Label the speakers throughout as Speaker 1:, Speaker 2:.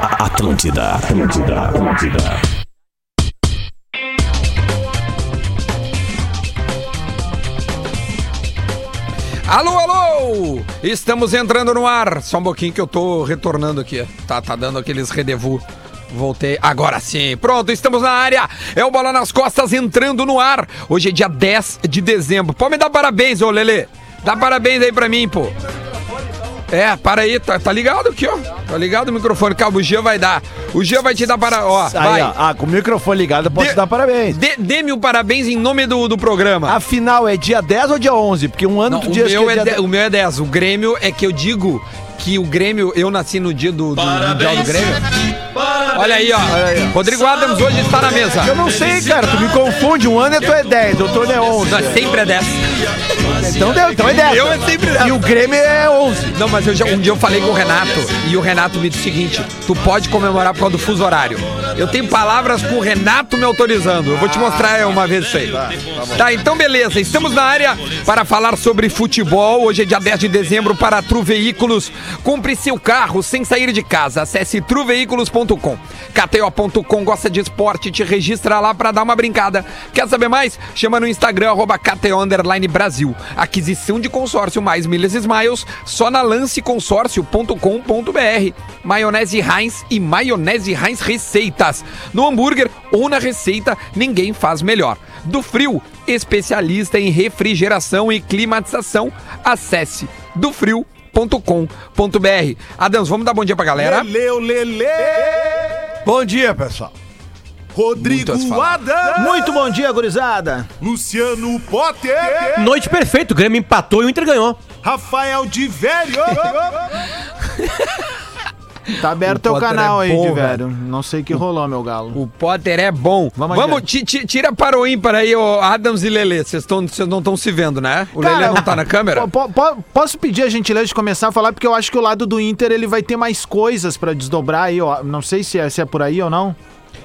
Speaker 1: Atlântida, Atlântida, Atlântida.
Speaker 2: Alô, alô! Estamos entrando no ar. Só um pouquinho que eu tô retornando aqui. Tá, tá dando aqueles rendezvous. Voltei agora sim. Pronto, estamos na área. É o Bola nas Costas entrando no ar. Hoje é dia 10 de dezembro. Pode me dar parabéns, ô Lelê. Dá parabéns aí pra mim, pô. É, para aí, tá, tá ligado aqui, ó. Tá ligado o microfone. Calma, o Jean vai dar. O Jean vai te dar para. Ó,
Speaker 3: Aí,
Speaker 2: vai.
Speaker 3: ó, ah, com o microfone ligado, eu posso
Speaker 2: De-
Speaker 3: dar parabéns.
Speaker 2: Dê- Dê-me o parabéns em nome do, do
Speaker 4: Ah,
Speaker 2: programa.
Speaker 3: Afinal, é dia 10 ou dia 11? Porque um ano
Speaker 2: Não,
Speaker 3: do
Speaker 2: o,
Speaker 3: dia
Speaker 2: meu
Speaker 3: que
Speaker 2: é
Speaker 3: dia
Speaker 2: de- o meu é 10. O Grêmio é que eu digo que o Grêmio, eu nasci no dia do, do Mundial do Grêmio. Olha aí, ó. Rodrigo Adams hoje está na mesa.
Speaker 3: Eu não sei, cara, tu me confunde. Um ano é tu é 10, outro ano é 11.
Speaker 2: Nós sempre é 10.
Speaker 3: Então, deu, então é 10.
Speaker 2: Eu é sempre
Speaker 3: E
Speaker 2: 10.
Speaker 3: o Grêmio é 11.
Speaker 2: Não, mas eu já- um dia eu falei com o Renato e o Renato me disse o seguinte: tu pode comemorar por causa do fuso horário. Eu tenho palavras com o Renato me autorizando. Eu vou te mostrar é uma vez isso aí. Tá, então beleza. Estamos na área para falar sobre futebol. Hoje é dia 10 de dezembro para a Tru Veículos. Compre seu carro sem sair de casa. Acesse truveículos.com. KTO.com gosta de esporte, te registra lá para dar uma brincada. Quer saber mais? Chama no Instagram, arroba KTO Underline Brasil. Aquisição de consórcio mais milhas e smiles só na lanceconsórcio.com.br. Maionese Heinz e maionese Heinz Receitas. No hambúrguer ou na receita, ninguém faz melhor. Do Frio, especialista em refrigeração e climatização. Acesse dofrio.com.br. Adams, vamos dar bom dia pra galera?
Speaker 5: Leleu, Lele.
Speaker 3: Bom dia, pessoal.
Speaker 2: Muitas
Speaker 5: Rodrigo
Speaker 2: falas.
Speaker 5: Adam.
Speaker 3: Muito bom dia, gurizada.
Speaker 5: Luciano Potter.
Speaker 6: Noite perfeita, o Grêmio empatou e o Inter ganhou.
Speaker 5: Rafael de Velho.
Speaker 3: Tá aberto
Speaker 2: O
Speaker 3: teu
Speaker 2: Potter
Speaker 3: canal
Speaker 2: é
Speaker 3: aí,
Speaker 2: bom,
Speaker 3: de velho. Não sei o que rolou, meu galo.
Speaker 2: O Potter é bom.
Speaker 3: Vamos
Speaker 2: Vamos,
Speaker 3: adiante.
Speaker 2: ti- ti- tira para o ímpar aí, ô Adams e Lelê. Vocês tão- vocês não estão se vendo, né? O
Speaker 3: Cara,
Speaker 2: Lelê não tá na câmera?
Speaker 3: Po- po- posso pedir a gentileza de começar a falar, porque eu acho que o lado do Inter ele vai ter mais coisas pra desdobrar aí, ó. Não sei se é, se é por aí ou não.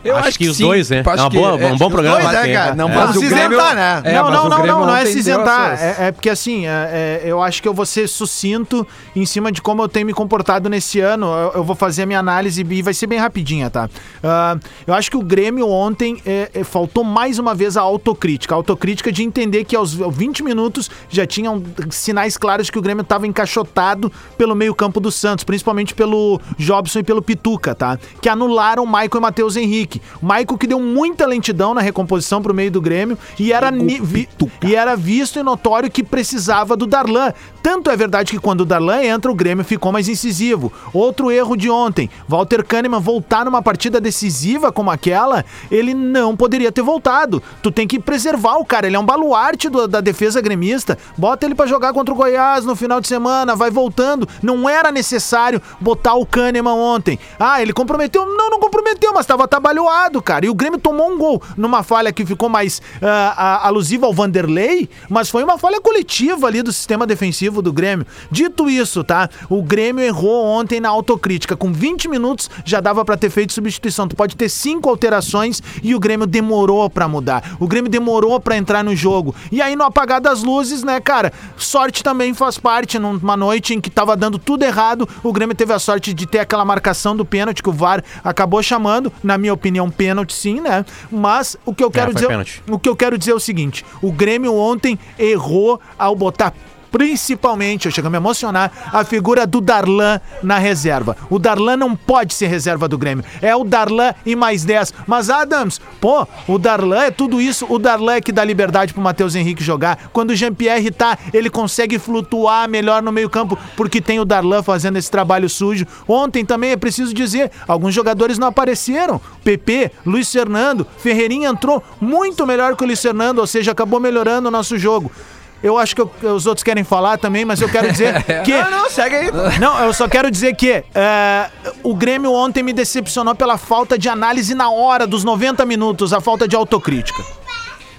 Speaker 2: Eu
Speaker 6: acho que os dois, né?
Speaker 2: acho
Speaker 6: É uma
Speaker 2: que-
Speaker 6: boa- um bom programa,
Speaker 2: os
Speaker 6: né, cara?
Speaker 2: Não
Speaker 6: É.
Speaker 2: pode
Speaker 3: Mas
Speaker 2: se
Speaker 3: o
Speaker 2: isentar,
Speaker 3: Grêmio-
Speaker 2: né?
Speaker 3: não, não, não, não, não é se isentar.
Speaker 2: É,
Speaker 3: É, é porque assim, é- é- eu acho que eu vou ser sucinto em cima de como eu tenho me comportado nesse ano. Eu, eu vou fazer a minha análise e vai ser bem rapidinha, tá? Ah, eu acho que o Grêmio ontem é, é, faltou mais uma vez a autocrítica. A autocrítica de entender que aos 20 minutos já tinham sinais claros de que o Grêmio estava encaixotado pelo meio-campo do Santos, principalmente pelo Jobson e pelo Pituca, tá? Que anularam Maicon e Matheus Henrique. Maicon que deu muita lentidão na recomposição pro meio do Grêmio e era, ni- vi- e era visto e notório que precisava do Darlan. Tanto é verdade que quando o Darlan entra, o Grêmio ficou mais incisivo. Outro erro de ontem, Walter Kahneman voltar numa partida decisiva como aquela, ele não poderia ter voltado. Tu tem que preservar o cara, ele é um baluarte do- da defesa gremista. Bota ele pra jogar contra o Goiás no final de semana, vai voltando. Não era necessário botar o Kahneman ontem. Ah, ele comprometeu? Não, não comprometeu, mas tava atabalhoado, cara. E o Grêmio tomou um gol numa falha que ficou mais ah, ah, alusiva ao Vanderlei, mas foi uma falha coletiva ali do sistema defensivo do Grêmio. Dito isso, tá? O Grêmio errou ontem na autocrítica. Com 20 minutos já dava pra ter feito substituição. Tu pode ter cinco alterações e o Grêmio demorou pra mudar. O Grêmio demorou pra entrar no jogo. E aí no apagar das luzes, né, cara? Sorte também faz parte numa noite em que tava dando tudo errado. O Grêmio teve a sorte de ter aquela marcação do pênalti que o VAR acabou chamando, na minha opinião, pênalti sim, né? Mas o que eu quero
Speaker 6: É, foi
Speaker 3: dizer,
Speaker 6: pênalti.
Speaker 3: o que eu quero dizer é o seguinte, o Grêmio ontem errou ao botar Principalmente, eu chego a me emocionar, a figura do Darlan na reserva. O Darlan não pode ser reserva do Grêmio. É o Darlan e mais 10. Mas, Adams, pô, o Darlan é tudo isso. O Darlan é que dá liberdade pro Matheus Henrique jogar. Quando o Jean-Pierre tá, ele consegue flutuar melhor no meio-campo, porque tem o Darlan fazendo esse trabalho sujo. Ontem também é preciso dizer: alguns jogadores não apareceram. PP, Luiz Fernando, Ferreirinha entrou muito melhor que o Luiz Fernando, ou seja, acabou melhorando o nosso jogo. Eu acho que eu- os outros querem falar também, mas eu quero dizer que. Não, não, segue aí. Não, eu só quero dizer que é, o Grêmio ontem me decepcionou pela falta de análise na hora dos 90 minutos, a falta de autocrítica.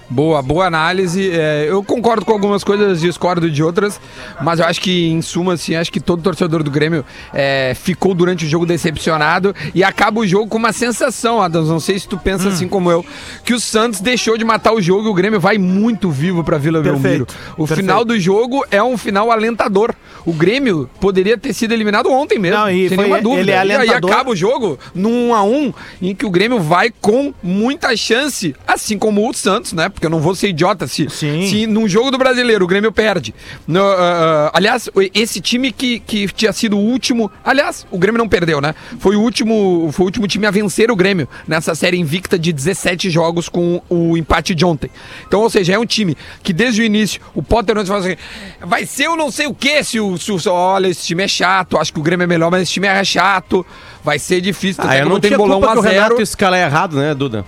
Speaker 2: Boa, boa análise. É, eu concordo com algumas coisas, discordo de outras, mas eu acho que, em suma, assim, acho que todo torcedor do Grêmio é, ficou durante o jogo decepcionado e acaba o jogo com uma sensação, Adams. Não sei se tu
Speaker 3: Hum.
Speaker 2: pensa assim como eu, que o Santos deixou de matar o jogo e o Grêmio vai muito vivo pra Vila Belmiro.
Speaker 3: Perfeito,
Speaker 2: O
Speaker 3: perfeito.
Speaker 2: final do jogo é um final alentador. O Grêmio poderia ter sido eliminado ontem mesmo,
Speaker 3: Não, e
Speaker 2: sem
Speaker 3: foi-
Speaker 2: nenhuma dúvida.
Speaker 3: ele é
Speaker 2: E aí
Speaker 3: alentador.
Speaker 2: acaba o jogo num 1 a 1 em que o Grêmio vai com muita chance, assim como o Santos, né? Porque eu não vou ser idiota se,
Speaker 3: Sim.
Speaker 2: se num jogo do brasileiro o Grêmio perde. No, ah, ah, aliás, o- esse time que, que tinha sido o último. Aliás, o Grêmio não perdeu, né? Foi o último, foi o último time a vencer o Grêmio nessa série invicta de 17 jogos com o empate de ontem. Então, ou seja, é um time que desde o início o Potter não fala assim, vai ser eu não sei o que se o, se o- Olha, esse time é chato, acho que o Grêmio é melhor, mas esse time é chato. Vai ser difícil, tanto
Speaker 6: Ah,
Speaker 2: é
Speaker 6: eu
Speaker 2: que
Speaker 6: não
Speaker 2: botei
Speaker 6: tenho
Speaker 2: bolão
Speaker 6: bolão que o
Speaker 2: 1 a 0.
Speaker 6: Renato escala errado, né, Duda?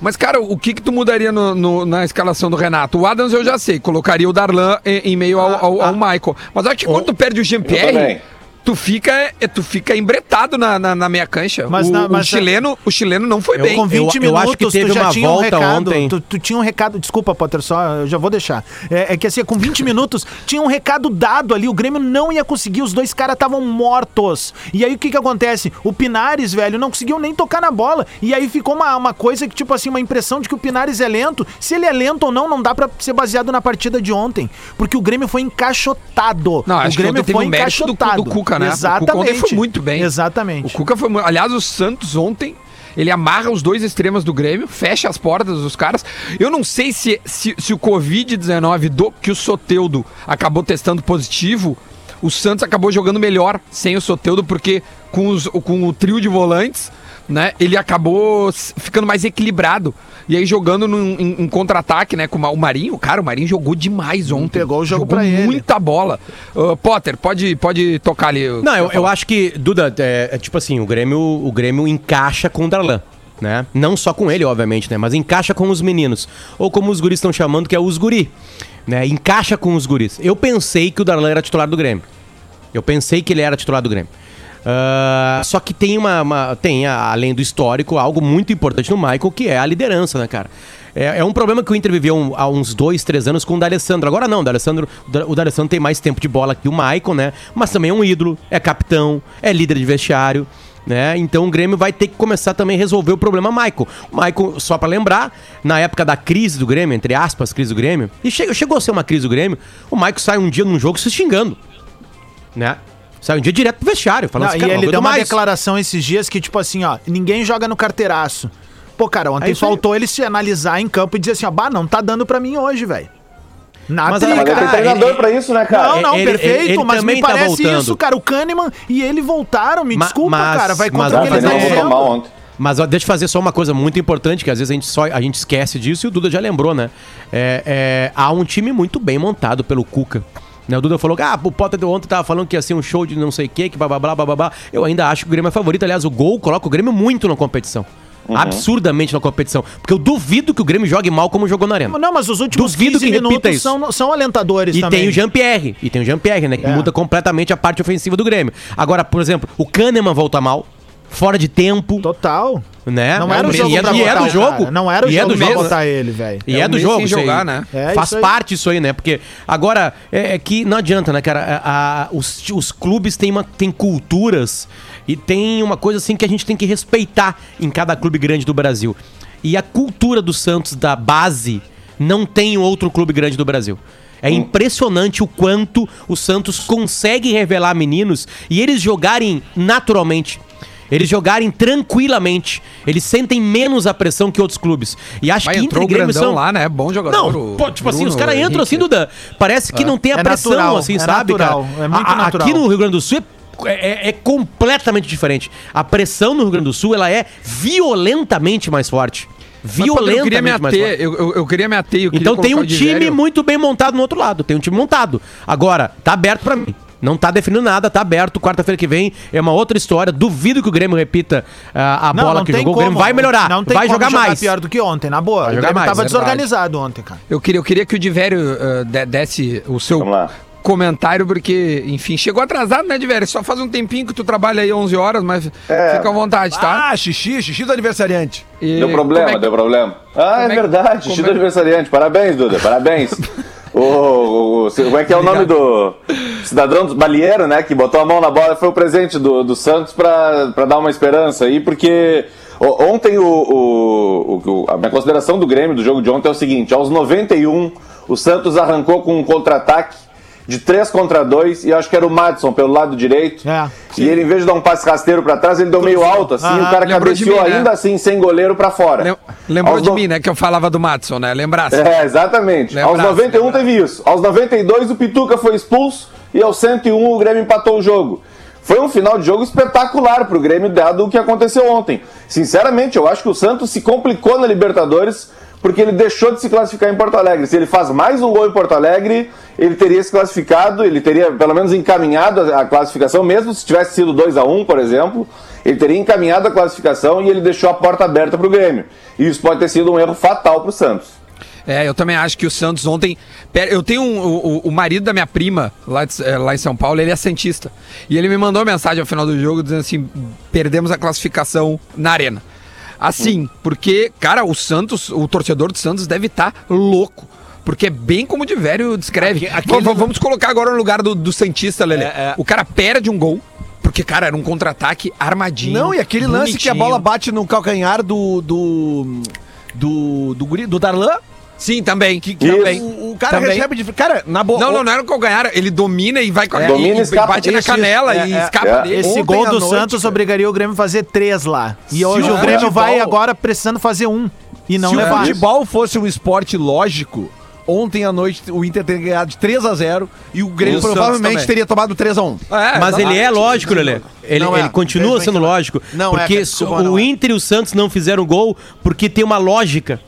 Speaker 2: Mas, cara, o que que tu mudaria no- no- na escalação do Renato? O Adams eu já sei, colocaria o Darlan em, em meio ao, ao- ao Michael. Mas acho que quando tu perde
Speaker 1: Ah,
Speaker 2: o
Speaker 1: Eu
Speaker 2: Jean-Pierre,
Speaker 1: também.
Speaker 2: tu fica, é, tu fica embretado na, na, na minha cancha.
Speaker 3: Mas
Speaker 2: o,
Speaker 3: na-
Speaker 2: o
Speaker 3: mas na-
Speaker 2: chileno, o chileno não foi bem.
Speaker 3: Com 20
Speaker 6: eu
Speaker 3: minutos,
Speaker 6: acho que teve
Speaker 3: tu já
Speaker 6: uma
Speaker 3: tinha um
Speaker 6: volta
Speaker 3: recado.
Speaker 6: ontem.
Speaker 3: Tu, tu tinha um recado. Desculpa, Potter, só eu já vou deixar. É, é que assim, com 20 minutos, tinha um recado dado ali. O Grêmio não ia conseguir, os dois caras estavam mortos. E aí o que que acontece? O Pinares, velho, não conseguiu nem tocar na bola. E aí ficou uma, uma coisa que, tipo assim, uma impressão de que o Pinares é lento. Se ele é lento ou não, não dá pra ser baseado na partida de ontem. Porque o Grêmio foi encaixotado.
Speaker 2: Não,
Speaker 3: o
Speaker 2: acho
Speaker 3: Grêmio
Speaker 2: que ontem teve um mérito do, Cu- do Cuca, né? O Cuca
Speaker 3: Exatamente.
Speaker 2: ontem foi muito bem.
Speaker 3: Exatamente.
Speaker 2: O Cuca foi muito... Aliás, o Santos ontem, ele amarra os dois extremos do Grêmio, fecha as portas dos caras. Eu não sei se, se, se o Covid-19, do que o Soteudo acabou testando positivo, o Santos acabou jogando melhor sem o Soteudo, porque com, os- com o trio de volantes... Né? Ele acabou s- ficando mais equilibrado. E aí, jogando num- em, em contra-ataque, né? Com o Ma- o Marinho, cara, o Marinho jogou demais ontem.
Speaker 3: Pegou o jogo
Speaker 2: jogou
Speaker 3: pra ele.
Speaker 2: muita bola. Ô, Potter, pode, pode tocar ali.
Speaker 6: Não, eu, eu acho que, Duda, é, é tipo assim, o Grêmio, o Grêmio encaixa com o Darlan. Né? Não só com ele, obviamente, né? Mas encaixa com os meninos. Ou como os guris estão chamando, que é os guri. Né? Encaixa com os guris. Eu pensei que o Darlan era titular do Grêmio. Eu pensei que ele era titular do Grêmio. Ah, só que tem uma. uma- tem, a- além do histórico, algo muito importante no Michael, que é a liderança, né, cara? É, é um problema que o Inter viveu um- há uns dois, três anos com o D'Alessandro. Agora não, o D'Alessandro, o Da- o D'Alessandro tem mais tempo de bola que o Michael, né? Mas também é um ídolo, é capitão, é líder de vestiário, né? Então o Grêmio vai ter que começar também a resolver o problema Michael. O Michael, só pra lembrar, na época da crise do Grêmio, entre aspas, crise do Grêmio, e che- chegou a ser uma crise do Grêmio, o Michael sai um dia num jogo se xingando né? Sai um dia direto pro vestiário, falando
Speaker 3: Não,
Speaker 6: assim,
Speaker 3: e
Speaker 6: cara, não
Speaker 3: ele
Speaker 6: aguento
Speaker 3: deu uma
Speaker 6: mais.
Speaker 3: declaração esses dias que, tipo assim, ó, ninguém joga no carteiraço. Pô, cara, ontem
Speaker 6: É isso aí.
Speaker 3: faltou ele se analisar em campo e dizer assim, ó, bah, não tá dando pra mim hoje, velho. Na
Speaker 6: Mas,
Speaker 3: trica.
Speaker 6: ah,
Speaker 1: Mas
Speaker 6: Cara,
Speaker 1: tem treinador
Speaker 6: ele-
Speaker 1: pra isso, né, cara?
Speaker 3: Não, não,
Speaker 6: ele-
Speaker 3: perfeito,
Speaker 6: ele- ele
Speaker 3: mas me
Speaker 6: também tá
Speaker 3: parece
Speaker 6: voltando.
Speaker 3: isso, cara. O Kahneman e ele voltaram, me
Speaker 6: Ma-
Speaker 3: desculpa,
Speaker 6: mas-
Speaker 3: cara. Vai contra
Speaker 6: mas
Speaker 3: o que
Speaker 1: Ah,
Speaker 3: ele
Speaker 1: mas
Speaker 3: tá
Speaker 1: não
Speaker 6: Ele-
Speaker 1: voltou
Speaker 3: dizendo.
Speaker 1: mal ontem.
Speaker 6: Mas ó, deixa eu fazer só uma coisa muito importante, que às vezes a gente, só, a gente esquece disso e o Duda já lembrou, né? É, é, há um time muito bem montado pelo Cuca. Né, o Duda falou que ah, o Potter ontem tava falando que ia ser um show de não sei o que, que bababá, bababá. Eu ainda acho que o Grêmio é favorito. Aliás, o gol coloca o Grêmio muito na competição.
Speaker 3: Uhum.
Speaker 6: Absurdamente na competição. Porque eu duvido que o Grêmio jogue mal como jogou na arena.
Speaker 3: Não, mas os últimos
Speaker 6: um- Duvido
Speaker 3: 15
Speaker 6: que repita
Speaker 3: minutos
Speaker 6: isso.
Speaker 3: são, são alentadores
Speaker 6: E
Speaker 3: também.
Speaker 6: tem o Jean-Pierre. E tem o Jean-Pierre, né? Que
Speaker 3: É.
Speaker 6: muda completamente a parte ofensiva do Grêmio. Agora, por exemplo, o Kahneman volta mal. Fora de tempo,
Speaker 3: Total.
Speaker 6: né?
Speaker 3: Não
Speaker 6: É
Speaker 3: era
Speaker 6: um
Speaker 3: o jogo
Speaker 6: e é,
Speaker 3: pra
Speaker 6: e é
Speaker 3: botar
Speaker 6: do
Speaker 3: o
Speaker 6: jogo.
Speaker 3: cara. Não era o
Speaker 6: e
Speaker 3: jogo
Speaker 6: é do
Speaker 3: pra
Speaker 6: jogo.
Speaker 3: botar ele, velho.
Speaker 6: E
Speaker 2: É
Speaker 6: é,
Speaker 2: um
Speaker 6: do
Speaker 2: mês
Speaker 6: jogo,
Speaker 2: sem
Speaker 6: isso aí.
Speaker 2: jogar, né?
Speaker 3: É,
Speaker 6: Faz
Speaker 3: isso aí.
Speaker 6: parte isso aí, né? Porque agora é, é que não adianta, né, cara? A- a- os, ti- os clubes têm, uma, têm culturas e tem uma coisa assim que a gente tem que respeitar em cada clube grande do Brasil. E a cultura do Santos da base não tem em outro clube grande do Brasil. É impressionante o quanto o Santos consegue revelar meninos e eles jogarem naturalmente. Eles jogarem tranquilamente. Eles sentem menos a pressão que outros clubes. E acho
Speaker 2: Mas
Speaker 6: que
Speaker 2: entrou
Speaker 6: Inter e
Speaker 2: o
Speaker 6: Grêmio
Speaker 2: grandão
Speaker 6: são...
Speaker 2: lá, né? Bom jogador.
Speaker 6: Não,
Speaker 2: o
Speaker 6: pô, tipo assim,
Speaker 2: Bruno
Speaker 6: os caras entram assim,
Speaker 2: Henrique.
Speaker 6: Duda. Parece que não tem a
Speaker 3: É
Speaker 6: pressão,
Speaker 3: natural,
Speaker 6: assim,
Speaker 3: é
Speaker 6: sabe,
Speaker 3: natural,
Speaker 6: cara?
Speaker 3: é muito
Speaker 6: A- a-
Speaker 3: natural.
Speaker 6: Aqui no Rio Grande do Sul é, é- é completamente diferente. A pressão no Rio Grande do Sul, ela é violentamente mais forte.
Speaker 2: Mas, Potter, eu queria me
Speaker 6: Violentamente mais
Speaker 2: ater,
Speaker 6: forte.
Speaker 2: eu, eu, eu queria me ater. eu queria
Speaker 6: Então tem
Speaker 2: colocar
Speaker 6: um
Speaker 2: o
Speaker 6: time
Speaker 2: Digério.
Speaker 6: muito bem montado no outro lado. Tem um time montado. Agora, tá aberto pra mim. Não tá definindo nada, tá aberto. Quarta-feira que vem é uma outra história. Duvido que o Grêmio repita ah, a
Speaker 3: Não,
Speaker 6: bola
Speaker 3: não
Speaker 6: que
Speaker 3: tem
Speaker 6: jogou. O Grêmio
Speaker 3: como.
Speaker 6: vai melhorar.
Speaker 3: Não tem
Speaker 6: vai
Speaker 3: como
Speaker 6: jogar, mais.
Speaker 3: pior do que ontem, na boa. O
Speaker 6: jogar
Speaker 3: Grêmio
Speaker 6: mais,
Speaker 3: tava
Speaker 6: verdade.
Speaker 3: desorganizado ontem, cara.
Speaker 2: Eu queria, eu queria que o Divério eh, de- ah, desse o seu
Speaker 1: Vamos lá.
Speaker 2: comentário, porque, enfim, chegou atrasado, né, de velho? Só faz um tempinho que tu trabalha aí 11 horas, mas fica à vontade, tá?
Speaker 4: Ah, xixi, xixi do aniversariante.
Speaker 2: E
Speaker 7: É. Deu problema,
Speaker 2: como é que-
Speaker 7: deu problema. Ah, é
Speaker 2: como é que-
Speaker 7: verdade,
Speaker 2: como
Speaker 7: xixi
Speaker 2: é-
Speaker 7: do aniversariante. Parabéns, Duda, parabéns. O, o- o- como é que é o nome do cidadão do Balieiro, né? Que botou a mão na bola. Foi o presente do, do Santos pra, pra dar uma esperança aí, porque o- ontem o, o- o- a minha consideração do Grêmio, do jogo de ontem, é o seguinte: aos 91, o Santos arrancou com um contra-ataque de 3 contra 2 e acho que era o Madison pelo lado direito.
Speaker 3: É,
Speaker 7: e ele, em vez de dar um passe rasteiro pra trás, ele deu meio alto, assim,
Speaker 3: Aham,
Speaker 7: o cara
Speaker 2: lembrou de
Speaker 7: cabeceou
Speaker 2: mim, né?
Speaker 7: ainda assim, sem goleiro pra fora.
Speaker 2: Lem- Lembrou
Speaker 7: Aos
Speaker 2: de
Speaker 7: no-
Speaker 2: mim, né? Que eu falava do Matson, né? Lembrasse.
Speaker 7: É, exatamente.
Speaker 2: Lembrasse,
Speaker 7: aos 91
Speaker 2: lembrasse.
Speaker 7: teve isso. Aos 92 o Pituca foi expulso e aos 101 o Grêmio empatou o jogo. Foi um final de jogo espetacular pro Grêmio, dado o que aconteceu ontem. Sinceramente, eu acho que o Santos se complicou na Libertadores porque ele deixou de se classificar em Porto Alegre. Se ele faz mais um gol em Porto Alegre, ele teria se classificado, ele teria pelo menos encaminhado a a classificação, mesmo se tivesse sido 2 a 1 por exemplo, ele teria encaminhado a classificação e ele deixou a porta aberta pro Grêmio. E isso pode ter sido um erro fatal pro Santos.
Speaker 2: É, eu também acho que o Santos ontem. Pera, Eu tenho um- o, o- o marido da minha prima, lá, de- eh, lá em São Paulo, ele é Santista. E ele me mandou uma mensagem ao final do jogo dizendo assim: perdemos a classificação na arena. Assim, porque, cara, o Santos, o torcedor do Santos deve estar louco. Porque é bem como o de velho descreve.
Speaker 4: Aque-
Speaker 2: Vam-
Speaker 4: aquele-
Speaker 2: vam- Vamos colocar agora no lugar do, do Santista, Lele.
Speaker 4: É, é.
Speaker 2: O cara perde um gol. Porque, cara, era um contra-ataque armadinho.
Speaker 4: Não, e aquele lance que a
Speaker 2: bonitinho.
Speaker 4: bola bate no calcanhar do. do. do. do, guri- do Darlan.
Speaker 2: Sim, também. Que,
Speaker 7: Isso.
Speaker 2: também.
Speaker 4: O, o cara
Speaker 2: Também.
Speaker 4: recebe de. Cara, na boa.
Speaker 2: Não, não, não era o calcanhar. Ele domina e vai com a
Speaker 7: É,
Speaker 2: e-
Speaker 7: domina e
Speaker 2: e,
Speaker 7: escapa.
Speaker 2: bate na
Speaker 4: Isso,
Speaker 2: canela
Speaker 4: isso.
Speaker 2: e
Speaker 4: É, é.
Speaker 2: escapa
Speaker 7: É.
Speaker 2: dele.
Speaker 3: Esse
Speaker 4: Ontem
Speaker 3: gol
Speaker 4: à
Speaker 3: do
Speaker 4: noite,
Speaker 3: Santos
Speaker 4: cara.
Speaker 3: obrigaria o Grêmio a fazer três lá. E
Speaker 4: Se
Speaker 3: hoje
Speaker 4: o
Speaker 3: o Grêmio
Speaker 4: futebol-
Speaker 3: vai agora precisando fazer um e não
Speaker 4: Se o
Speaker 3: levar.
Speaker 4: futebol fosse um esporte lógico, ontem à noite o Inter teria ganhado de 3 a 0 e o Grêmio
Speaker 2: E o Santos
Speaker 4: provavelmente
Speaker 2: também.
Speaker 4: teria tomado 3 a 1
Speaker 2: É,
Speaker 6: Mas
Speaker 2: tá
Speaker 6: ele
Speaker 2: lá.
Speaker 6: é lógico, Lelê. Ele,
Speaker 4: Não é.
Speaker 6: ele continua
Speaker 4: Infelizmente
Speaker 6: sendo
Speaker 4: não é.
Speaker 6: lógico.
Speaker 4: Não é,
Speaker 6: porque
Speaker 4: cara, desculpa,
Speaker 6: so-
Speaker 4: não
Speaker 6: o
Speaker 4: é.
Speaker 6: Inter e o Santos não fizeram gol porque tem uma lógica.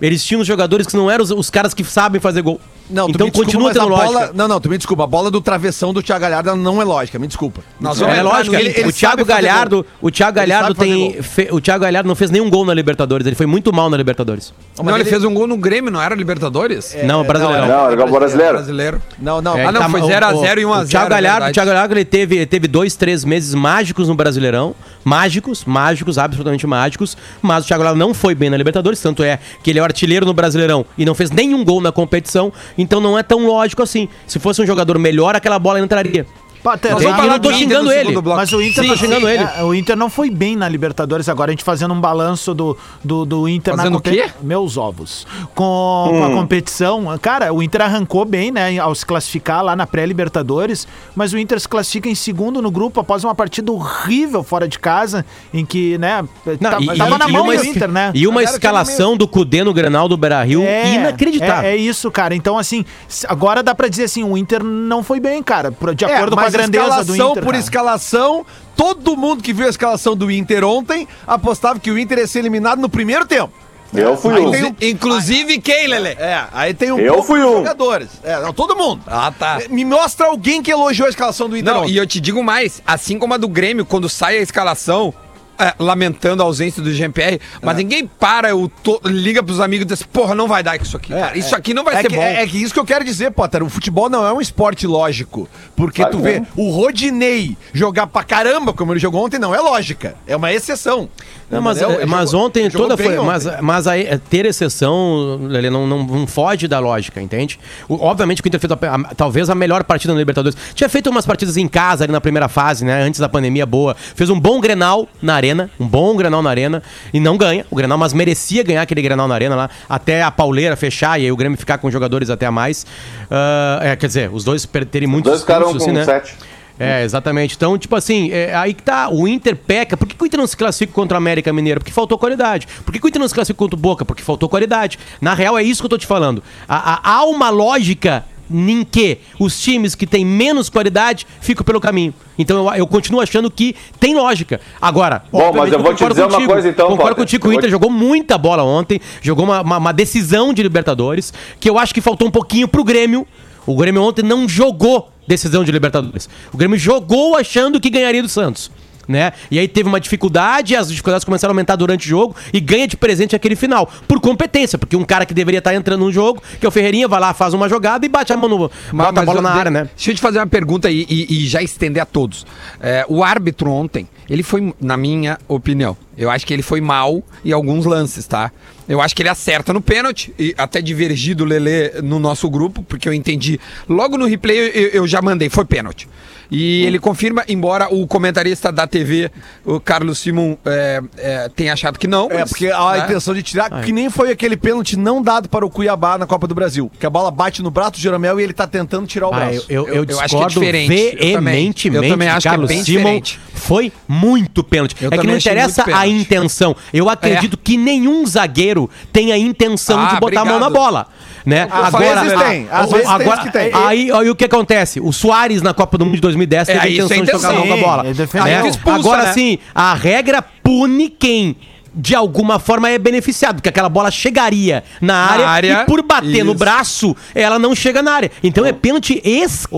Speaker 6: Eles tinham jogadores que não eram os, os caras que sabem fazer gol.
Speaker 4: Não, tu
Speaker 6: então
Speaker 4: me desculpa,
Speaker 6: continua
Speaker 4: mas a
Speaker 6: tendo lógica.
Speaker 4: bola, Não, não, tu me desculpa. A bola do travessão do Thiago Galhardo não é lógica, me desculpa.
Speaker 2: Nós
Speaker 6: Não,
Speaker 2: vamos
Speaker 6: é
Speaker 2: entrar
Speaker 6: lógico.
Speaker 2: no
Speaker 4: ele-
Speaker 2: Inter.
Speaker 4: ele
Speaker 6: o Thiago
Speaker 4: sabe fazer
Speaker 6: Galhardo,
Speaker 4: gol.
Speaker 6: o Thiago
Speaker 4: Ele
Speaker 6: Galhardo
Speaker 4: sabe fazer
Speaker 6: tem
Speaker 4: gol.
Speaker 6: fe- o Thiago Galhardo não fez nenhum gol na Libertadores, ele foi muito mal na Libertadores.
Speaker 2: Não, ele
Speaker 4: ele- É.
Speaker 2: fez um gol no Grêmio, não era Libertadores?
Speaker 6: não, Brasileirão.
Speaker 7: Não, era igual o brasileiro.
Speaker 2: Brasileiro.
Speaker 4: Não, não.
Speaker 6: É,
Speaker 2: Ah, não, foi
Speaker 6: o-
Speaker 2: 0 a 0 e 1 a
Speaker 6: o Thiago
Speaker 2: 0,
Speaker 6: Galhardo,
Speaker 2: verdade.
Speaker 6: o Thiago Galhardo ele teve, ele teve dois, três meses mágicos no Brasileirão. Mágicos, mágicos, absolutamente mágicos. Mas o Thiago Galhardo não foi bem na Libertadores, tanto é que ele é o artilheiro no Brasileirão e não fez nenhum gol na competição. Então não é tão lógico assim. Se fosse um jogador melhor, aquela bola entraria.
Speaker 3: Pá, até-
Speaker 2: Nós
Speaker 6: Eu
Speaker 2: vamos falar
Speaker 6: não tô
Speaker 2: do Inter
Speaker 6: xingando
Speaker 2: um no
Speaker 6: ele.
Speaker 2: segundo bloco.
Speaker 3: Mas o Inter,
Speaker 6: Sim,
Speaker 3: não-
Speaker 6: xingando ele.
Speaker 3: é, o Inter não foi bem na Libertadores agora. A gente fazendo um balanço do, do, do Inter
Speaker 2: Fazendo
Speaker 3: na
Speaker 2: o
Speaker 3: competição.
Speaker 2: quê?
Speaker 3: Meus ovos. Com, com a competição. Cara, o Inter arrancou bem, né? Ao se classificar lá na pré-Libertadores. Mas o Inter se classifica em segundo no grupo após uma partida horrível fora de casa. Em que, né?
Speaker 6: Não,
Speaker 3: tá-
Speaker 6: e-
Speaker 3: tava
Speaker 6: e-
Speaker 3: na
Speaker 6: e
Speaker 3: mão
Speaker 6: uma
Speaker 3: do
Speaker 6: es-
Speaker 3: Inter, né?
Speaker 6: E um uma
Speaker 4: Galhardo tinha
Speaker 6: escalação do Cudê no Granal do Beira-Rio inacreditável.
Speaker 3: É, é isso, cara. Então, assim, s- agora dá pra dizer assim, o Inter não foi bem, cara. por- De
Speaker 4: É,
Speaker 3: acordo com a
Speaker 4: mas
Speaker 3: grandeza do
Speaker 4: escalação
Speaker 3: Inter.
Speaker 4: por
Speaker 3: cara.
Speaker 4: escalação, todo mundo que viu a escalação do Inter ontem apostava que o Inter ia ser eliminado no primeiro tempo.
Speaker 7: Eu fui
Speaker 4: Aí
Speaker 7: um.
Speaker 4: tem o-
Speaker 2: Inclusive quem, Lele?
Speaker 4: É, aí tem um
Speaker 7: Eu
Speaker 4: pouco
Speaker 7: fui
Speaker 4: de
Speaker 7: um.
Speaker 4: jogadores. É, não, todo mundo.
Speaker 2: Ah, tá.
Speaker 4: Me mostra alguém que elogiou a escalação do Inter
Speaker 2: Não,
Speaker 4: ontem.
Speaker 2: e eu te digo mais, assim como a do Grêmio, quando sai a escalação, é, lamentando a ausência do GMPR,
Speaker 4: É.
Speaker 2: mas ninguém para, o to- liga pros amigos e diz, porra, não vai dar isso aqui, cara. Isso aqui não vai
Speaker 4: é
Speaker 2: ser
Speaker 4: que,
Speaker 2: bom.
Speaker 4: É, é que isso que eu quero dizer, Potter. O futebol não é um esporte lógico. Porque
Speaker 7: Claro
Speaker 4: tu
Speaker 7: que
Speaker 4: vê
Speaker 7: não.
Speaker 4: o Rodinei jogar pra caramba, como ele jogou ontem, não é lógica. É uma exceção.
Speaker 6: Não, mas,
Speaker 4: Entendeu?
Speaker 6: é,
Speaker 4: Ele
Speaker 6: mas
Speaker 4: jogou-
Speaker 6: ontem
Speaker 4: ele jogou
Speaker 6: toda
Speaker 4: bem
Speaker 6: foi.
Speaker 4: ontem.
Speaker 6: Mas, mas aí, é, ter exceção, ele não, não, não foge da lógica, entende? O- obviamente que o Inter fez a- a- talvez a melhor partida na Libertadores. Tinha feito umas partidas em casa ali na primeira fase, né? Antes da pandemia boa. Fez um bom Grenal na arena, um bom Grenal na arena. E não ganha o Grenal, mas merecia ganhar aquele Grenal na arena lá. Até a pauleira fechar e aí o Grêmio ficar com jogadores até a mais. Ah, é, quer dizer, os dois per- terem muitos assim, né?
Speaker 7: Dois caras um
Speaker 6: expulsos,
Speaker 7: com sete.
Speaker 6: é, exatamente. Então, tipo assim, é, aí que tá, o Inter peca. Por que, que o Inter não se classifica contra o América Mineiro? Porque faltou qualidade. Por que, que o Inter não se classifica contra o Boca? Porque faltou qualidade. Na real, é isso que eu tô te falando. A- a- há uma lógica em que os times que têm menos qualidade ficam pelo caminho. Então eu, eu continuo achando que tem lógica. Agora,
Speaker 7: Bom, mas
Speaker 6: obviamente,
Speaker 7: eu vou te
Speaker 6: concordo
Speaker 7: dizer uma
Speaker 6: contigo.
Speaker 7: coisa, então,
Speaker 6: Concordo
Speaker 7: Potter.
Speaker 6: contigo, que
Speaker 7: Eu
Speaker 6: o
Speaker 7: vou
Speaker 6: Inter
Speaker 7: te-
Speaker 6: jogou muita bola ontem, jogou uma, uma- uma decisão de Libertadores, que eu acho que faltou um pouquinho pro Grêmio. O Grêmio ontem não jogou decisão de Libertadores. O Grêmio jogou achando que ganharia do Santos. né? E aí teve uma dificuldade, as dificuldades começaram a aumentar durante o jogo e ganha de presente aquele final. Por competência, porque um cara que deveria estar entrando no jogo, que é o Ferreirinha, vai lá, faz uma jogada e bate a mão no. bota a bola
Speaker 2: eu-
Speaker 6: na
Speaker 2: de-
Speaker 6: área, né?
Speaker 2: Deixa eu te fazer uma pergunta aí e, e já estender a todos. É, o árbitro ontem, ele foi, na minha opinião, eu acho que ele foi mal em alguns lances, tá? Eu acho que ele acerta no pênalti, e até divergi do Lelê no nosso grupo, porque eu entendi. Logo no replay eu, eu- eu já mandei, foi pênalti.
Speaker 6: Hum.
Speaker 2: E ele confirma, embora o comentarista da TV, o Carlos Simon, é, é, tenha achado que não.
Speaker 4: É,
Speaker 2: mas,
Speaker 4: porque a
Speaker 2: né?
Speaker 4: intenção de tirar, que nem foi aquele pênalti não dado para o Cuiabá na Copa do Brasil. Que a bola bate no braço do Jeromel e ele tá tentando tirar o
Speaker 6: Ah,
Speaker 4: braço.
Speaker 6: eu, eu, eu
Speaker 2: Eu- eu acho que é
Speaker 6: discordo
Speaker 2: diferente. Eu também.
Speaker 6: veementemente
Speaker 2: Eu também
Speaker 6: de
Speaker 2: acho que é
Speaker 6: Carlos
Speaker 2: bem
Speaker 6: Simon.
Speaker 2: diferente.
Speaker 6: Foi muito pênalti.
Speaker 2: Eu
Speaker 6: é que
Speaker 2: também
Speaker 6: não
Speaker 2: achei
Speaker 6: interessa
Speaker 2: muito
Speaker 6: a
Speaker 2: pênalti. É.
Speaker 6: intenção. Eu acredito que nenhum zagueiro tenha a intenção
Speaker 2: Ah,
Speaker 6: de botar a mão na
Speaker 2: obrigado.
Speaker 6: bola. Né?
Speaker 4: Às
Speaker 6: agora,
Speaker 4: vezes tem, às
Speaker 6: a-
Speaker 4: vezes tem
Speaker 6: agora,
Speaker 4: os que tem.
Speaker 6: Aí, aí o que acontece? O Soares na Copa do Mundo de 2010
Speaker 2: É,
Speaker 6: teve a
Speaker 2: isso é
Speaker 6: intenção de jogar a mão com a
Speaker 3: intenção.
Speaker 6: bola.
Speaker 3: Ele defendeu.
Speaker 6: né?
Speaker 2: Aí expulsa,
Speaker 6: agora
Speaker 2: né?
Speaker 6: sim, a regra pune quem de alguma forma é beneficiado, porque aquela bola chegaria na área,
Speaker 2: área,
Speaker 6: e por bater no
Speaker 2: isso.
Speaker 6: braço, ela não chega na área. Então é pênalti
Speaker 3: Ô,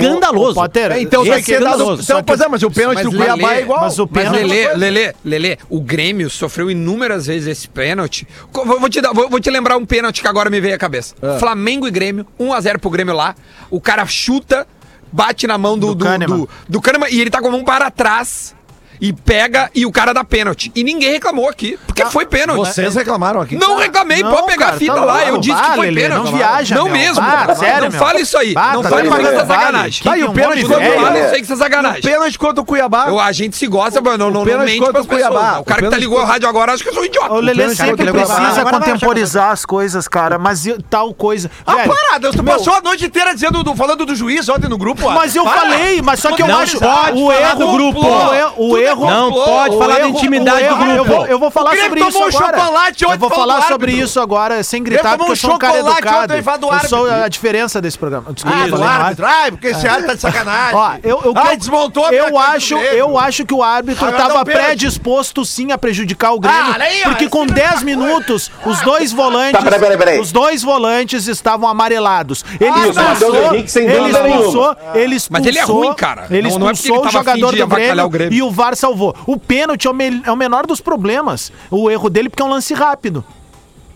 Speaker 6: escandaloso.
Speaker 3: Potter,
Speaker 4: É, então,
Speaker 6: Esse
Speaker 4: vai ser dado-
Speaker 6: escandaloso.
Speaker 4: então,
Speaker 3: Só que-
Speaker 4: pois é, mas o pênalti
Speaker 2: mas
Speaker 4: do Cuiabá
Speaker 2: Lelê-
Speaker 4: é igual.
Speaker 3: mas o
Speaker 2: Mas
Speaker 3: pênalti-
Speaker 2: Lelê, Lelê, Lelê, o Grêmio sofreu inúmeras vezes esse pênalti. Co- Vou, vou te dar- vou- vou te lembrar um pênalti que agora me veio à cabeça.
Speaker 3: Ah.
Speaker 2: Flamengo e Grêmio, 1x0 pro Grêmio lá. O cara chuta, bate na mão do,
Speaker 3: Do
Speaker 2: do,
Speaker 3: Kahneman.
Speaker 2: do- do Kahneman e ele tá com a mão para trás. E pega e o cara dá pênalti. E ninguém reclamou aqui,
Speaker 3: Ah,
Speaker 2: porque foi pênalti. É.
Speaker 4: Vocês reclamaram aqui.
Speaker 2: Não reclamei,
Speaker 3: Não,
Speaker 2: pode pegar
Speaker 3: cara,
Speaker 2: a fita
Speaker 3: tá
Speaker 2: lá.
Speaker 3: louco.
Speaker 2: Eu disse
Speaker 3: Bah,
Speaker 2: que foi
Speaker 3: Lelê,
Speaker 2: pênalti.
Speaker 3: não viaja,
Speaker 2: Não
Speaker 3: meu.
Speaker 2: mesmo.
Speaker 3: Bah, sério,
Speaker 2: não
Speaker 3: meu.
Speaker 2: fala isso aí.
Speaker 3: Bah,
Speaker 2: não
Speaker 3: tá
Speaker 2: fala
Speaker 7: doido,
Speaker 2: mais essa
Speaker 7: velho.
Speaker 2: sacanagem.
Speaker 4: Tá, e o pênalti
Speaker 3: Que é
Speaker 4: contra
Speaker 3: homem
Speaker 4: o
Speaker 2: Fala
Speaker 3: velho.
Speaker 2: isso
Speaker 4: Cuiabá.
Speaker 2: aí que essa sacanagem.
Speaker 4: O pênalti contra o Cuiabá.
Speaker 2: Eu, a gente se gosta, mas não, não,
Speaker 4: Ah, o pênalti
Speaker 2: mente
Speaker 4: contra
Speaker 2: pras
Speaker 4: o Cuiabá.
Speaker 2: pessoas. O
Speaker 4: O
Speaker 2: cara que tá
Speaker 4: pênalti
Speaker 2: ligou a
Speaker 4: contra-
Speaker 2: rádio agora acha que eu sou um idiota.
Speaker 3: O Lelê
Speaker 4: pênalti
Speaker 3: sempre
Speaker 4: contra o Cuiabá.
Speaker 3: precisa
Speaker 4: Agora vai,
Speaker 3: contemporizar as coisas, cara, mas e- tal coisa.
Speaker 4: Ah,
Speaker 3: Velho,
Speaker 4: para! Deus, tu
Speaker 3: meu,
Speaker 4: passou a noite inteira dizendo, do- falando do juiz ontem no grupo. ó.
Speaker 3: Mas eu
Speaker 4: Para!
Speaker 3: falei, mas só que eu
Speaker 6: Não
Speaker 3: acho
Speaker 6: pode
Speaker 3: o
Speaker 6: falar
Speaker 3: erro
Speaker 6: do grupo.
Speaker 3: o erro, o erro
Speaker 6: Não pode
Speaker 3: é o
Speaker 6: falar da
Speaker 3: erro-
Speaker 6: intimidade
Speaker 3: o erro-
Speaker 6: do grupo.
Speaker 3: Eu vou, eu vou falar
Speaker 4: O Grêmio
Speaker 3: sobre isso
Speaker 4: tomou um
Speaker 3: agora.
Speaker 4: chocolate ontem
Speaker 3: eu vou
Speaker 4: falando
Speaker 3: falar
Speaker 4: do
Speaker 3: sobre
Speaker 4: árbitro.
Speaker 3: isso agora sem
Speaker 4: Grêmio
Speaker 3: gritar
Speaker 4: tomou
Speaker 3: porque
Speaker 4: um
Speaker 3: eu sou um cara
Speaker 4: chocolate
Speaker 3: educado.
Speaker 4: ontem falando do
Speaker 3: Eu sou
Speaker 4: árbitro.
Speaker 3: a diferença desse programa. Desculpa,
Speaker 4: Ah,
Speaker 3: eu
Speaker 4: do
Speaker 3: falei errado.
Speaker 4: árbitro. Ai, porque esse árbitro tá de sacanagem.
Speaker 3: Ó, eu, eu,
Speaker 4: Ai, Ah, desmontou a minha
Speaker 3: eu
Speaker 4: camisa do
Speaker 3: acho,
Speaker 4: Grêmio.
Speaker 3: eu acho que o árbitro
Speaker 4: Agora dá
Speaker 3: estava
Speaker 4: um pênalti.
Speaker 3: predisposto sim a prejudicar o Grêmio,
Speaker 4: Ah, olha aí, ó,
Speaker 3: porque
Speaker 4: esse
Speaker 3: com
Speaker 4: é
Speaker 3: 10 minutos os dois volantes,
Speaker 7: Tá, peraí, peraí, peraí.
Speaker 3: os dois volantes estavam amarelados. Ele
Speaker 4: Ah,
Speaker 7: não, Matheus
Speaker 3: expulsou,
Speaker 7: Henrique, sem
Speaker 3: ele
Speaker 7: dúvida
Speaker 3: expulsou, ele expulsou,
Speaker 2: Mas ele é ruim, cara.
Speaker 3: Ele
Speaker 2: Não- não é porque
Speaker 3: expulsou
Speaker 2: ele
Speaker 3: o
Speaker 2: tava afim
Speaker 3: jogador
Speaker 2: de
Speaker 3: do Grêmio,
Speaker 2: avacalhar o Grêmio.
Speaker 3: e o VAR salvou. O pênalti é o, me- é o menor dos problemas. O erro dele porque é um lance rápido.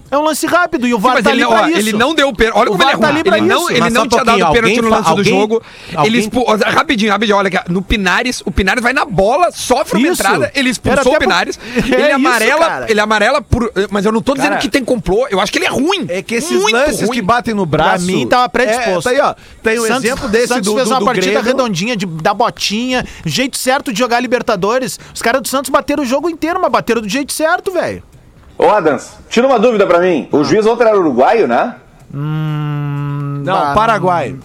Speaker 3: É um lance rápido e o
Speaker 2: Tipo
Speaker 3: VAR
Speaker 2: Mas
Speaker 3: tá
Speaker 2: ele,
Speaker 3: ali
Speaker 2: ó,
Speaker 3: pra isso.
Speaker 2: ele não deu pênalti. Olha
Speaker 3: O
Speaker 2: como ele é
Speaker 3: VAR tá
Speaker 2: ruim.
Speaker 3: ali pra
Speaker 2: ele não,
Speaker 3: isso.
Speaker 2: ele
Speaker 6: Mas
Speaker 2: não
Speaker 6: só
Speaker 2: tinha
Speaker 6: pouquinho,
Speaker 2: dado pênalti
Speaker 6: alguém
Speaker 2: no lance
Speaker 6: fa-
Speaker 2: do
Speaker 6: alguém-
Speaker 2: jogo. Ele
Speaker 6: alguém-
Speaker 2: expu... ó, Rapidinho, rapidinho. Olha aqui. No Pinares, o Pinares vai na bola, sofre uma
Speaker 3: Isso.
Speaker 2: entrada, ele
Speaker 3: Era até
Speaker 2: expulsou o
Speaker 3: pro-
Speaker 2: Pinares.
Speaker 3: É
Speaker 2: ele,
Speaker 3: isso,
Speaker 2: amarela,
Speaker 3: cara.
Speaker 2: ele amarela por... eh, Mas eu não tô dizendo
Speaker 4: Cara,
Speaker 2: que tem complô. Eu acho que ele é ruim.
Speaker 4: É que esses
Speaker 2: Muito
Speaker 4: lances
Speaker 2: ruim.
Speaker 4: que batem no braço.
Speaker 3: Pra mim, tava predisposto.
Speaker 4: É, tá aí, ó. Tem o
Speaker 3: Santos-
Speaker 4: exemplo desse
Speaker 3: Santos
Speaker 4: do,
Speaker 3: fez
Speaker 4: do,
Speaker 3: uma
Speaker 4: do
Speaker 3: partida
Speaker 4: Grêmio.
Speaker 3: redondinha, de, da botinha, jeito certo de jogar Libertadores. Os caras do Santos bateram o jogo inteiro, mas bateram do jeito certo, velho.
Speaker 7: Ô, Adams, tira uma dúvida pra mim. O juiz ontem era uruguaio, né?
Speaker 4: Não, Paraguai.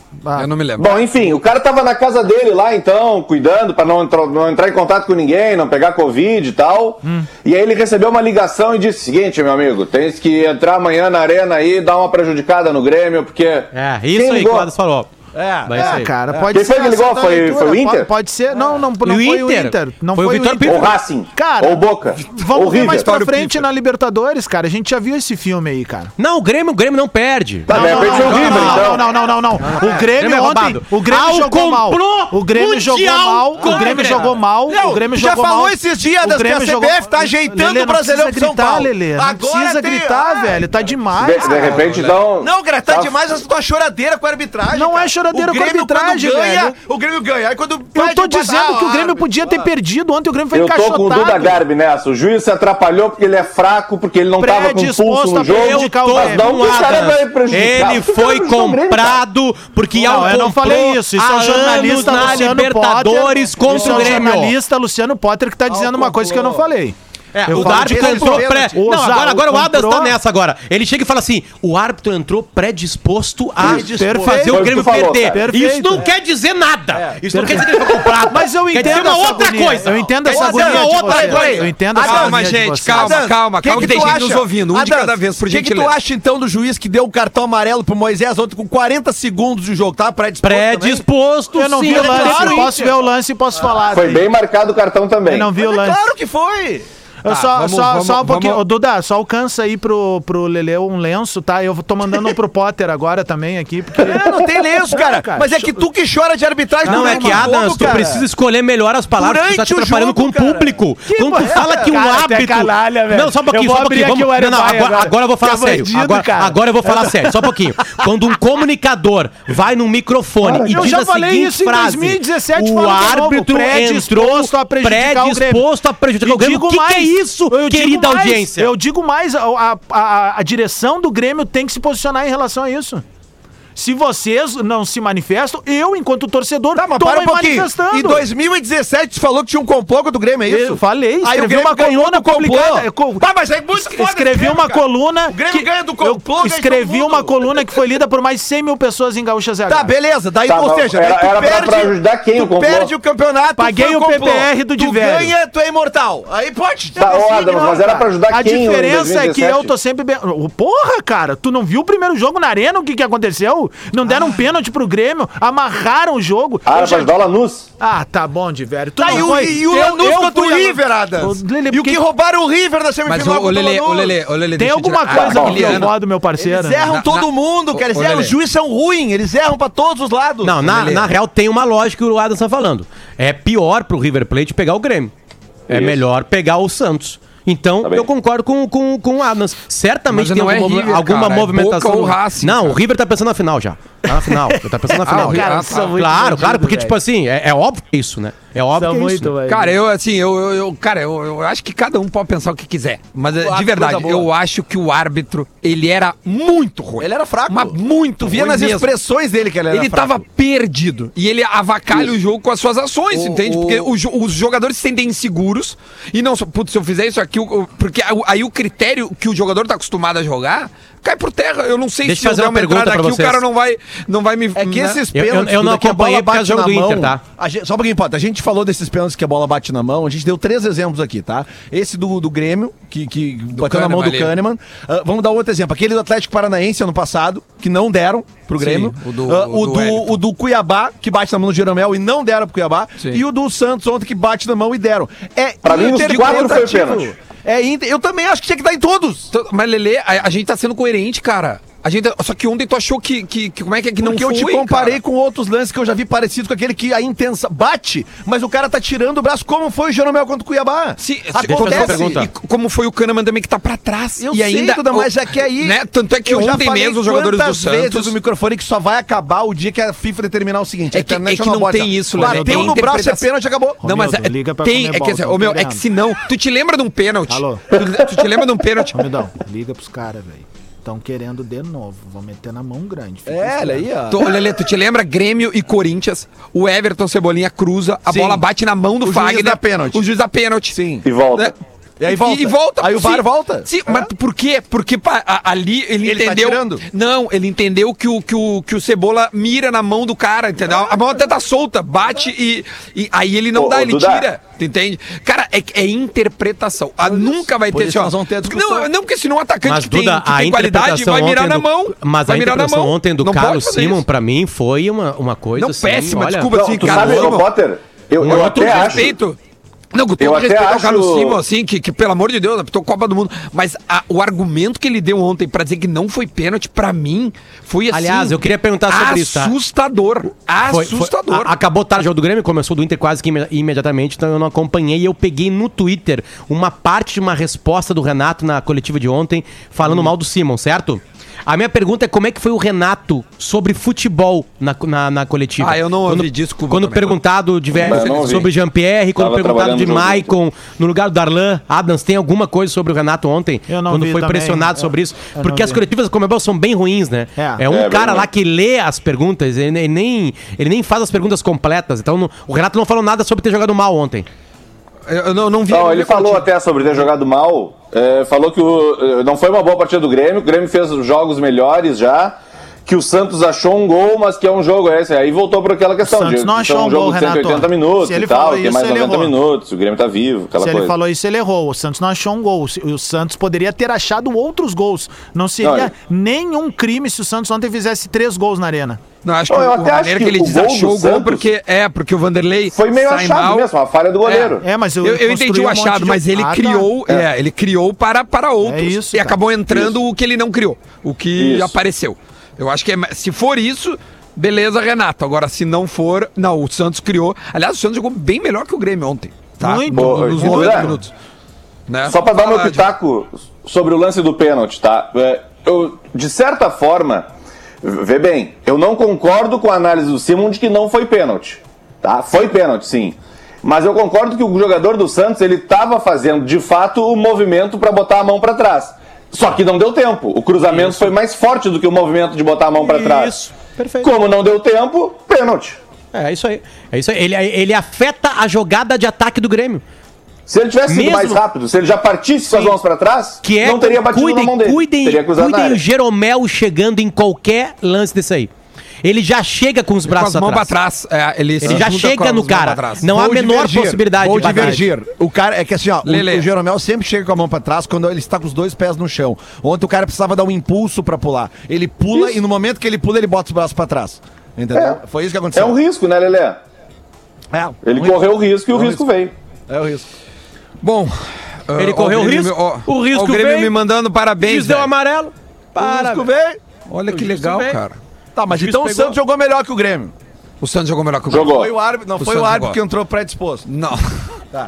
Speaker 2: Eu não me lembro.
Speaker 7: Bom, enfim, o cara tava na casa dele lá, então, cuidando pra não, entro- não entrar em contato com ninguém, não pegar Covid e tal. E aí ele recebeu uma ligação e disse o seguinte, meu amigo, tens que entrar amanhã na arena aí e dar uma prejudicada no Grêmio, porque...
Speaker 6: É, isso aí
Speaker 7: Quem
Speaker 6: que o
Speaker 7: ligou?
Speaker 6: Adams falou.
Speaker 4: É,
Speaker 6: Vai
Speaker 3: Ah,
Speaker 6: ser.
Speaker 3: cara, pode
Speaker 7: Quem foi que
Speaker 3: essa
Speaker 7: ligou?
Speaker 3: da
Speaker 7: Foi- foi o Inter?
Speaker 3: Pode, pode ser. Não, não, não
Speaker 6: E o
Speaker 3: foi o
Speaker 6: Inter?
Speaker 3: Inter. Não
Speaker 6: Foi o Vitor
Speaker 7: Ou Racing,
Speaker 3: Cara,
Speaker 7: ou Boca,
Speaker 3: Vamos ver
Speaker 7: horrível.
Speaker 3: mais pra
Speaker 2: Vitória o
Speaker 3: frente
Speaker 2: Inter.
Speaker 3: na Libertadores, cara. A gente já viu esse filme aí, cara.
Speaker 6: Não, o Grêmio, o Grêmio não perde.
Speaker 7: Tá, de repente é horrível,
Speaker 3: não,
Speaker 7: então.
Speaker 3: não, não, não, não, não. O Grêmio
Speaker 6: Grêmio
Speaker 3: ontem,
Speaker 6: roubado.
Speaker 3: o Grêmio
Speaker 6: Ao
Speaker 3: jogou mal.
Speaker 6: complô
Speaker 3: O Grêmio jogou
Speaker 6: mundial
Speaker 3: mal, o Grêmio
Speaker 6: contra.
Speaker 3: jogou mal, o Grêmio
Speaker 4: já
Speaker 3: jogou mal.
Speaker 4: falou esses dias
Speaker 3: O
Speaker 4: das que a
Speaker 3: Grêmio
Speaker 4: CBF
Speaker 3: jogou-
Speaker 4: tá ajeitando
Speaker 3: Lelê,
Speaker 4: o Brasileirão
Speaker 3: não
Speaker 4: pro São
Speaker 3: precisa gritar,
Speaker 4: Paulo.
Speaker 3: Lelê, não
Speaker 4: Agora
Speaker 3: precisa
Speaker 4: tem-
Speaker 3: gritar,
Speaker 4: ah.
Speaker 3: velho, tá
Speaker 7: De,
Speaker 3: demais.
Speaker 7: de
Speaker 3: cara.
Speaker 7: repente, então...
Speaker 4: Não, cara, tá
Speaker 7: tá-
Speaker 4: demais essa tua choradeira com a arbitragem.
Speaker 3: Não
Speaker 4: cara.
Speaker 3: é choradeira
Speaker 4: O
Speaker 3: com a
Speaker 4: Grêmio, quando
Speaker 3: arbitragem,
Speaker 4: ganha,
Speaker 3: velho.
Speaker 4: O Grêmio ganha. Aí quando
Speaker 3: Eu
Speaker 4: perde,
Speaker 3: tô
Speaker 4: bate,
Speaker 3: dizendo
Speaker 4: ah,
Speaker 3: que o Grêmio
Speaker 4: árbitro.
Speaker 3: podia ter perdido ontem, o Grêmio foi
Speaker 7: Eu tô com o Duda
Speaker 3: encaixotado.
Speaker 7: Garbi nessa. O juiz se atrapalhou porque ele é fraco, porque ele não tava com pulso
Speaker 3: Predisposto a
Speaker 7: no jogo.
Speaker 3: prejudicar
Speaker 6: Eu tô
Speaker 3: o
Speaker 7: mas
Speaker 3: Grêmio.
Speaker 7: não que o cara vai
Speaker 6: com
Speaker 7: prejudicar.
Speaker 6: Ele
Speaker 7: O cara
Speaker 6: foi
Speaker 7: prejudicou o Grêmio, cara.
Speaker 6: comprado porque
Speaker 3: Não,
Speaker 6: ao
Speaker 3: eu não falei isso. Isso é o jornalista
Speaker 6: na
Speaker 3: Luciano
Speaker 6: Libertadores
Speaker 3: Potter.
Speaker 6: contra o
Speaker 3: Isso é o
Speaker 6: Grêmio.
Speaker 3: jornalista Luciano Potter que tá dizendo uma coisa que eu não falei.
Speaker 6: É,
Speaker 3: Eu
Speaker 6: o
Speaker 3: falo
Speaker 6: árbitro
Speaker 3: direto,
Speaker 6: entrou
Speaker 3: eu
Speaker 6: pré.
Speaker 3: falo.
Speaker 6: Não,
Speaker 3: Ousado,
Speaker 6: agora, agora o Adams tá
Speaker 3: comprou.
Speaker 6: nessa agora. Ele chega e fala assim: o árbitro entrou predisposto a
Speaker 7: Isso,
Speaker 6: fazer
Speaker 3: perfeito.
Speaker 7: Foi o
Speaker 6: o
Speaker 7: que
Speaker 6: Grêmio
Speaker 7: tu falou,
Speaker 6: perder.
Speaker 7: cara.
Speaker 6: Isso não
Speaker 3: Perfeito. É,
Speaker 6: quer dizer nada. Isso não quer dizer que ele foi comprado.
Speaker 3: Mas eu
Speaker 6: Quer dizer
Speaker 3: entendo
Speaker 6: uma
Speaker 3: essa
Speaker 6: outra
Speaker 3: agonia.
Speaker 6: coisa.
Speaker 3: Eu entendo essa
Speaker 6: Quer dizer
Speaker 3: agonia
Speaker 6: uma
Speaker 3: de
Speaker 6: outra
Speaker 3: vocês.
Speaker 6: coisa.
Speaker 3: Eu entendo essa
Speaker 2: Calma,
Speaker 3: agonia de
Speaker 2: gente,
Speaker 3: vocês.
Speaker 2: calma.
Speaker 4: Adams,
Speaker 2: calma,
Speaker 4: que
Speaker 2: calma,
Speaker 4: que
Speaker 2: que
Speaker 4: tu
Speaker 2: tem gente
Speaker 4: acha?
Speaker 2: nos ouvindo, um de
Speaker 4: Adams,
Speaker 2: cada vez, por
Speaker 4: que
Speaker 2: gentileza.
Speaker 4: O que tu acha, então, do juiz que deu o cartão amarelo pro Moisés ontem com 40 segundos de jogo? Tá predisposto também?
Speaker 6: Predisposto,
Speaker 3: Eu não
Speaker 6: sim. é
Speaker 3: vi o lance,
Speaker 6: Claro,
Speaker 3: posso ver o lance e posso falar.
Speaker 7: Foi bem marcado o cartão também.
Speaker 3: Eu não vi o
Speaker 4: Mas é
Speaker 3: lance.
Speaker 4: Claro que foi.
Speaker 3: Eu
Speaker 2: Tá,
Speaker 3: só,
Speaker 2: vamos-
Speaker 3: só,
Speaker 2: vamos-
Speaker 3: só um pouquinho.
Speaker 2: vamos-
Speaker 3: Ô, Duda, só alcança aí pro, pro Lele um lenço, tá? Eu tô mandando um pro Potter agora também aqui, porque.
Speaker 4: É, não tem lenço, cara.
Speaker 3: cara,
Speaker 4: Mas é que tu que chora de arbitragem
Speaker 6: Não,
Speaker 4: tu
Speaker 6: é
Speaker 4: leva
Speaker 6: que,
Speaker 4: fogo,
Speaker 6: Adams, tu
Speaker 4: cara.
Speaker 6: precisa escolher melhor as palavras, tu tá te
Speaker 4: Durante o
Speaker 6: atrapalhando
Speaker 4: jogo,
Speaker 6: com o
Speaker 4: cara.
Speaker 6: público. Quando tu
Speaker 3: bo-
Speaker 6: fala que um
Speaker 3: Cara, tu é
Speaker 6: árbitro...
Speaker 3: canalha, velho.
Speaker 6: não, só um
Speaker 3: Eu
Speaker 6: pouquinho,
Speaker 3: vou
Speaker 6: só um pouquinho.
Speaker 3: abrir aqui
Speaker 6: vamos-
Speaker 3: o
Speaker 6: Não, não,
Speaker 3: Arebai
Speaker 6: agora,
Speaker 3: agora.
Speaker 6: agora eu vou falar
Speaker 3: Fica
Speaker 6: sério.
Speaker 3: bandido,
Speaker 6: agora,
Speaker 3: cara.
Speaker 6: agora eu vou falar sério, só um pouquinho. Quando um comunicador vai num microfone e
Speaker 3: eu
Speaker 6: diz
Speaker 3: já
Speaker 6: a
Speaker 3: falei
Speaker 6: seguinte
Speaker 3: isso em
Speaker 6: frase...
Speaker 3: 2017,
Speaker 6: o
Speaker 3: falo de novo,
Speaker 6: árbitro entrou
Speaker 3: predisposto a prejudicar o Grêmio.
Speaker 6: predisposto a prejudicar o Grêmio. O
Speaker 3: digo
Speaker 6: que que é
Speaker 3: mais,
Speaker 6: isso,
Speaker 3: eu digo
Speaker 6: querida
Speaker 3: mais,
Speaker 6: audiência?
Speaker 3: Eu digo mais, a, a- a- a direção do Grêmio tem que se posicionar em relação a isso. Se vocês não se manifestam, eu, enquanto torcedor,
Speaker 4: Tá, mas
Speaker 3: tô
Speaker 4: para um
Speaker 3: me
Speaker 4: pouquinho.
Speaker 3: manifestando.
Speaker 4: Em 2017, tu falou que tinha um complô contra o Grêmio, é isso?
Speaker 3: Eu falei,
Speaker 4: Aí o
Speaker 3: escrevi
Speaker 4: Grêmio
Speaker 3: uma
Speaker 4: ganhou
Speaker 3: coluna
Speaker 4: do complô.
Speaker 3: complicada. Eu co-
Speaker 4: Tá, mas é muito foda esse
Speaker 3: Escrevi
Speaker 4: Grêmio,
Speaker 3: uma
Speaker 4: cara.
Speaker 3: coluna.
Speaker 4: O Grêmio
Speaker 3: que-
Speaker 4: ganha do
Speaker 3: eu
Speaker 4: complô, ganha de
Speaker 3: Escrevi
Speaker 4: todo
Speaker 3: uma
Speaker 4: mundo.
Speaker 3: coluna que foi lida por mais 100 mil pessoas em Gaúcha ZH.
Speaker 4: Tá, beleza. Daí,
Speaker 7: Tá,
Speaker 4: ou
Speaker 7: mas
Speaker 4: seja,
Speaker 7: era-
Speaker 4: daí tu
Speaker 7: era pra-
Speaker 4: perde,
Speaker 7: pra ajudar quem
Speaker 4: tu
Speaker 7: o complô?
Speaker 4: perde o campeonato,
Speaker 3: Paguei
Speaker 4: foi
Speaker 3: o
Speaker 4: complô.
Speaker 3: PPR do
Speaker 4: Tu
Speaker 3: Diverio.
Speaker 4: ganha, tu é imortal. Aí pode.
Speaker 7: Tá, ô, Adams, mas era pra ajudar
Speaker 3: A
Speaker 7: quem em
Speaker 3: diferença é que
Speaker 7: 2017?
Speaker 3: eu tô sempre bem. Ô, Porra, cara, tu não viu o primeiro jogo na arena? O que, que aconteceu? Não deram um pênalti pro Grêmio, amarraram o jogo.
Speaker 7: Ah,
Speaker 3: Eu
Speaker 7: era
Speaker 3: já-
Speaker 7: pra ajudar o Lanús.
Speaker 3: Ah, tá bom, de velho. Tu
Speaker 4: Tá,
Speaker 3: não
Speaker 4: e o,
Speaker 3: foi.
Speaker 4: e o
Speaker 3: Eu-
Speaker 4: Lanús
Speaker 3: eu
Speaker 4: contra o
Speaker 3: fui a-
Speaker 4: River, Adams.
Speaker 3: Ô, Lele,
Speaker 4: e o
Speaker 3: porque-
Speaker 4: que roubaram o River na
Speaker 2: Mas
Speaker 4: semifinal
Speaker 2: o, o
Speaker 4: contra
Speaker 2: Lele, o
Speaker 4: Lanús.
Speaker 2: Lele, o Lele,
Speaker 3: Tem
Speaker 2: deixa eu
Speaker 3: alguma
Speaker 2: tirar-
Speaker 3: coisa
Speaker 2: Ah,
Speaker 3: que
Speaker 2: Liliana,
Speaker 3: incomoda o meu parceiro? né?
Speaker 4: Eles erram
Speaker 2: Na-
Speaker 4: todo
Speaker 2: na-
Speaker 4: mundo, cara. Eles
Speaker 2: Ô,
Speaker 4: erram.
Speaker 2: Lelê.
Speaker 4: Os juízes são ruins. é um Eles erram pra todos os lados.
Speaker 6: Não, na,
Speaker 2: Lelê.
Speaker 6: na real tem uma lógica que o Adam tá falando. É pior pro River Plate pegar o Grêmio. É
Speaker 7: Isso.
Speaker 6: melhor pegar o Santos. Então,
Speaker 7: Tá bem.
Speaker 6: eu concordo com, com, com o Adams. Certamente
Speaker 2: Mas
Speaker 6: tem
Speaker 2: não é
Speaker 6: alguma,
Speaker 2: River,
Speaker 6: alguma
Speaker 2: cara, é
Speaker 6: movimentação.
Speaker 2: Boca ou
Speaker 6: no-
Speaker 2: Racing,
Speaker 6: não,
Speaker 2: cara.
Speaker 6: o River tá pensando na final já. Tá na final. Ele tá pensando na final.
Speaker 2: o River- Ah, tá.
Speaker 6: claro, claro, porque, tipo assim, é, é óbvio que é isso, né? É óbvio
Speaker 3: São
Speaker 6: que é
Speaker 3: Tá muito,
Speaker 6: isso. né?
Speaker 3: velho.
Speaker 2: Cara, eu assim, eu, eu, eu- cara, eu, eu acho que cada um pode pensar o que quiser. Mas eh, de
Speaker 4: coisa
Speaker 2: verdade,
Speaker 4: boa.
Speaker 2: eu acho que o árbitro, ele era muito ruim.
Speaker 4: Ele era fraco.
Speaker 2: Mas muito
Speaker 4: Via
Speaker 2: ruim
Speaker 4: nas
Speaker 2: mesmo.
Speaker 4: expressões dele que ele era
Speaker 2: ele
Speaker 4: fraco.
Speaker 2: tava perdido. E ele avacalha o jogo com as suas ações, entende? Porque o jo- os jogadores se sentem inseguros e não, só, putz, se eu fizer isso aqui, o- o- porque a- aí o critério que o jogador tá acostumado a jogar cai por terra. Eu não sei
Speaker 6: Deixa
Speaker 2: se
Speaker 6: eu fazer
Speaker 2: der
Speaker 6: uma pergunta pra
Speaker 2: aqui, o
Speaker 6: vocês.
Speaker 2: cara não vai, não vai me.
Speaker 4: É que
Speaker 2: né?
Speaker 4: esses
Speaker 6: Eu- eu-
Speaker 4: pênaltis.
Speaker 6: eu não
Speaker 4: Duda, que a
Speaker 6: acompanhei
Speaker 4: bola
Speaker 6: por causa
Speaker 4: bate
Speaker 6: do
Speaker 4: na
Speaker 6: jogo do
Speaker 4: mão,
Speaker 6: Inter, tá?
Speaker 4: a gente- só um pouquinho, Potter. A gente falou desses pênaltis que a bola bate na mão. A gente deu três exemplos aqui, tá? Esse do, do Grêmio, que, que bateu na mão
Speaker 2: Kahneman
Speaker 4: do
Speaker 2: ali.
Speaker 4: Kahneman. Ah, vamos dar outro exemplo. Aquele do Atlético Paranaense ano passado, que não deram pro
Speaker 2: Sim,
Speaker 4: Grêmio.
Speaker 2: o do-
Speaker 4: Ah,
Speaker 2: o
Speaker 4: o,
Speaker 2: do
Speaker 4: do,
Speaker 2: Wellington.
Speaker 4: o do Cuiabá, que bate na mão do Jeromel e não deram pro Cuiabá.
Speaker 2: Sim.
Speaker 4: E o do Santos ontem, que bate na mão e deram. É
Speaker 7: Pra mim, os quatro foi
Speaker 4: interpretativo.
Speaker 7: pênalti.
Speaker 4: É inter... Eu também acho que tinha que dar em todos.
Speaker 2: Então, Mas, Lelê, a, a gente tá sendo coerente, cara. A gente, tá- só que ontem tu achou que, que, que- como é que é que não
Speaker 4: Porque
Speaker 2: foi,
Speaker 4: eu te comparei
Speaker 2: cara?
Speaker 4: com outros lances que eu já vi parecido com aquele que a intensa bate, mas o cara tá tirando o braço, como foi o Jeromel contra o Cuiabá.
Speaker 2: Se, se
Speaker 6: eu fazer uma
Speaker 2: acontece,
Speaker 6: pergunta.
Speaker 2: e c- como foi o Kahneman também que tá pra trás.
Speaker 4: Eu
Speaker 2: e
Speaker 4: sei,
Speaker 2: ainda,
Speaker 4: Duda, mas é que aí.
Speaker 2: Né? Tanto é que
Speaker 4: eu já
Speaker 2: ontem
Speaker 4: falei
Speaker 2: mesmo os jogadores do
Speaker 4: quantas
Speaker 2: Santos...
Speaker 4: vezes o microfone que só vai acabar o dia que a FIFA determinar o seguinte.
Speaker 2: É
Speaker 4: a
Speaker 2: que- é que
Speaker 4: International
Speaker 2: não
Speaker 4: Board,
Speaker 2: tem
Speaker 4: ó.
Speaker 2: isso, Lelê,
Speaker 4: Bateu
Speaker 2: tem
Speaker 4: no braço, é
Speaker 2: interpretação.
Speaker 4: pênalti, acabou.
Speaker 2: Não, mas
Speaker 3: Romildo,
Speaker 2: é,
Speaker 3: liga pra
Speaker 2: tem, é
Speaker 3: Comebol,
Speaker 2: que, assim,
Speaker 3: tão
Speaker 2: ô, meu, é
Speaker 3: perdendo.
Speaker 2: que se não, tu te lembra de um pênalti?
Speaker 3: Alô?
Speaker 2: Tu, tu te lembra de um pênalti?
Speaker 3: Romidão, liga pros caras, velho. Estão querendo de novo. Vão meter na mão grande. Fica
Speaker 4: É, olha aí, ó.
Speaker 2: Tu, ô, Lelê, tu te lembra Grêmio e Corinthians? O Everton Cebolinha cruza, a
Speaker 4: Sim.
Speaker 2: bola bate na mão do
Speaker 4: O juiz
Speaker 2: Fagner.
Speaker 4: dá pênalti.
Speaker 2: O juiz dá pênalti. Sim.
Speaker 7: E volta.
Speaker 4: E aí volta.
Speaker 2: E, volta.
Speaker 4: Aí o VAR
Speaker 2: Sim.
Speaker 4: volta. É.
Speaker 2: Sim, mas por quê? Porque pa- a- ali ele,
Speaker 4: Ele tá
Speaker 2: entendeu.
Speaker 4: tirando?
Speaker 2: Não, ele entendeu que o, que, o, que o Cebola mira na mão do cara, entendeu? A mão até tá solta, bate e, e aí ele não
Speaker 7: Ô,
Speaker 2: dá,
Speaker 7: ô,
Speaker 2: ele
Speaker 7: Duda.
Speaker 2: tira. Tu entende? Cara, é, é interpretação. Ah, nunca vai
Speaker 4: Por
Speaker 2: ter,
Speaker 4: isso nós vamos ter a discussão.
Speaker 2: Não, não, porque senão o atacante
Speaker 6: Mas
Speaker 2: que tem,
Speaker 6: Duda,
Speaker 2: que
Speaker 6: a
Speaker 2: tem qualidade
Speaker 6: interpretação
Speaker 2: vai mirar
Speaker 6: ontem
Speaker 2: na
Speaker 6: do-
Speaker 2: mão.
Speaker 6: Mas
Speaker 2: vai
Speaker 6: a
Speaker 2: mirar na
Speaker 6: interpretação
Speaker 2: mão.
Speaker 6: ontem do
Speaker 2: Não pode
Speaker 6: Carlos
Speaker 2: fazer
Speaker 6: Simon,
Speaker 2: isso.
Speaker 6: pra mim, foi uma, uma coisa
Speaker 2: Não,
Speaker 6: assim,
Speaker 2: péssima,
Speaker 6: olha,
Speaker 2: desculpa,
Speaker 7: Não,
Speaker 2: assim,
Speaker 7: tu
Speaker 2: cara.
Speaker 7: sabe, ô,
Speaker 2: Simon.
Speaker 7: Potter, eu, eu
Speaker 2: Com todo
Speaker 7: até acho...
Speaker 2: respeito. Não, com
Speaker 7: Eu
Speaker 2: todo
Speaker 7: até
Speaker 2: respeito ao
Speaker 7: acho-
Speaker 2: Carlos Simon, assim, que, que, pelo amor de Deus, apitou Copa do Mundo. Mas a- o argumento que ele deu ontem pra dizer que não foi pênalti, pra mim, foi assim.
Speaker 6: Aliás, eu queria perguntar sobre isso, tá?
Speaker 2: Assustador.
Speaker 6: Foi- foi-
Speaker 2: assustador.
Speaker 6: a- acabou tarde o jogo do Grêmio, começou do Inter quase que ime- imediatamente, então eu não acompanhei. E eu peguei no Twitter uma parte de uma resposta do Renato na coletiva de ontem, falando mal do Simon, certo? A minha pergunta é como é que foi o Renato sobre futebol na, na, na coletiva.
Speaker 2: Ah, eu não
Speaker 6: quando,
Speaker 2: ouvi, desculpa
Speaker 6: Quando
Speaker 2: também.
Speaker 6: perguntado de, ver-
Speaker 7: Não, eu não ouvi.
Speaker 6: sobre Jean-Pierre, quando
Speaker 7: Tava
Speaker 6: perguntado
Speaker 7: trabalhando
Speaker 6: de
Speaker 7: no jogo
Speaker 6: Maicon, no lugar do Darlan, Adams, tem alguma coisa sobre o Renato ontem?
Speaker 3: Eu não
Speaker 6: quando
Speaker 3: vi
Speaker 6: foi
Speaker 3: também.
Speaker 6: pressionado
Speaker 3: Eu-
Speaker 6: sobre isso?
Speaker 3: eu não
Speaker 6: Porque as
Speaker 3: vi.
Speaker 6: coletivas do Comebol são bem ruins, né?
Speaker 3: É.
Speaker 6: É, um
Speaker 7: É,
Speaker 6: cara
Speaker 7: bem
Speaker 6: lá
Speaker 7: ruim.
Speaker 6: que lê as perguntas, ele nem- nem, ele nem faz as perguntas completas. Então não- o Renato não falou nada sobre ter jogado mal ontem.
Speaker 2: Eu, eu não, não vi.
Speaker 7: Não, ele falou até sobre ter jogado mal. é, falou que o- eh, não foi uma boa partida do Grêmio. O Grêmio fez os jogos melhores já. que o Santos achou um gol, mas que é um jogo esse. Aí voltou para aquela questão
Speaker 3: O Santos
Speaker 7: de
Speaker 3: não achou
Speaker 7: então,
Speaker 3: um
Speaker 7: jogo
Speaker 3: gol,
Speaker 7: de
Speaker 3: Renato.
Speaker 7: 180 minutos
Speaker 3: Se ele
Speaker 7: e tal,
Speaker 3: falou
Speaker 7: tem
Speaker 3: isso,
Speaker 7: mais
Speaker 3: ele
Speaker 7: 90
Speaker 3: errou.
Speaker 7: minutos, o Grêmio tá vivo, aquela
Speaker 3: Se
Speaker 7: coisa.
Speaker 3: ele falou isso, ele errou. O Santos não achou um gol. O Santos poderia ter achado outros gols. Não seria
Speaker 7: Olha.
Speaker 3: nenhum crime se o Santos ontem fizesse três gols na arena.
Speaker 2: Não, acho
Speaker 7: Não,
Speaker 2: que
Speaker 7: eu
Speaker 2: o,
Speaker 7: até
Speaker 2: a
Speaker 7: acho
Speaker 2: maneira que
Speaker 7: que
Speaker 2: ele
Speaker 7: o gol
Speaker 2: desachou
Speaker 7: do
Speaker 2: o gol
Speaker 7: Santos
Speaker 2: porque é, porque o Vanderlei
Speaker 7: Foi meio
Speaker 2: sai
Speaker 7: achado
Speaker 2: mal.
Speaker 7: mesmo, a falha do goleiro.
Speaker 2: É,
Speaker 3: É, mas eu
Speaker 2: eu, eu entendi
Speaker 3: construí
Speaker 2: o
Speaker 3: um monte
Speaker 2: achado,
Speaker 3: de-
Speaker 2: mas ele
Speaker 3: Ah, tá.
Speaker 2: criou, é, ele criou para para outros
Speaker 3: isso,
Speaker 2: e
Speaker 3: cara.
Speaker 2: acabou entrando o que ele não criou, o que
Speaker 7: Isso.
Speaker 2: apareceu. Eu acho que é, se for isso, beleza, Renato. Agora se não for, não, o Santos criou. Aliás, o Santos jogou bem melhor que o Grêmio ontem, tá?
Speaker 3: Muito.
Speaker 2: No- nos
Speaker 7: Boa,
Speaker 2: 90
Speaker 7: Duda.
Speaker 2: minutos. Né?
Speaker 6: É
Speaker 7: Só pra dar meu
Speaker 2: Falar de-
Speaker 7: pitaco sobre o lance do pênalti, tá? É, Eu, de certa forma, vê bem, eu não concordo com a análise do Simon de que não foi pênalti, tá? Foi pênalti, sim. Mas eu concordo que o jogador do Santos, ele tava fazendo, de fato, o movimento pra botar a mão pra trás. Só que não deu tempo. O cruzamento foi mais forte do que o movimento de botar a mão pra trás.
Speaker 6: Isso, perfeito.
Speaker 7: Como não deu tempo, pênalti.
Speaker 6: É isso aí. É isso aí. Ele, ele afeta a jogada de ataque do Grêmio.
Speaker 7: Se ele tivesse sido
Speaker 6: Mesmo-
Speaker 7: mais rápido, se ele já partisse com as mãos pra trás,
Speaker 6: Que é
Speaker 7: não teria batido
Speaker 6: cuidem,
Speaker 7: na mão dele.
Speaker 6: Cuidem,
Speaker 7: teria cruzado na
Speaker 6: cuidem
Speaker 7: área.
Speaker 6: o Jeromel chegando em qualquer lance desse aí. Ele já chega com os
Speaker 2: com
Speaker 6: braços
Speaker 2: as mãos pra
Speaker 6: atrás.
Speaker 2: trás. é, ele se
Speaker 6: Ele já
Speaker 2: junta com
Speaker 6: chega
Speaker 2: as
Speaker 6: no
Speaker 2: mãos pra
Speaker 6: cara.
Speaker 2: trás.
Speaker 6: Não há a
Speaker 4: Vou
Speaker 6: menor
Speaker 4: divergir,
Speaker 6: possibilidade
Speaker 4: Vou
Speaker 6: batalha.
Speaker 4: divergir. O cara é que assim, ó, o-
Speaker 2: Lele.
Speaker 4: o, Jeromel sempre chega com a mão pra trás quando ele está com os dois pés no chão. Ontem o cara precisava dar um impulso pra pular. Ele pula e no momento que ele pula, ele bota os braços pra trás. Entendeu?
Speaker 7: É.
Speaker 4: Foi isso que
Speaker 7: É
Speaker 4: aconteceu.
Speaker 7: um risco, né, Lelé?
Speaker 4: É,
Speaker 7: Ele
Speaker 4: um risco.
Speaker 7: correu o risco e
Speaker 4: É
Speaker 7: o
Speaker 4: um
Speaker 7: risco,
Speaker 4: risco.
Speaker 7: veio.
Speaker 4: É o risco.
Speaker 2: Bom, ah,
Speaker 6: Ele
Speaker 2: ó,
Speaker 6: correu o
Speaker 2: Grêmio
Speaker 6: risco,
Speaker 2: me- ó,
Speaker 6: o risco
Speaker 2: ó, O Grêmio
Speaker 6: veio,
Speaker 2: me mandando parabéns.
Speaker 6: Juiz deu
Speaker 2: velho.
Speaker 6: amarelo.
Speaker 4: O
Speaker 6: Para.
Speaker 4: risco
Speaker 6: velho.
Speaker 4: veio.
Speaker 2: Olha que legal,
Speaker 6: veio.
Speaker 2: cara.
Speaker 4: Tá, mas
Speaker 6: O juiz
Speaker 4: então o
Speaker 6: pegou.
Speaker 4: Santos jogou melhor que o Grêmio.
Speaker 2: O Santos jogou melhor que o
Speaker 7: Jogou.
Speaker 2: Grêmio.
Speaker 4: Foi o árbitro, não,
Speaker 2: O
Speaker 4: foi o
Speaker 2: Santos
Speaker 4: árbitro
Speaker 2: agora.
Speaker 4: que entrou predisposto.
Speaker 2: Não.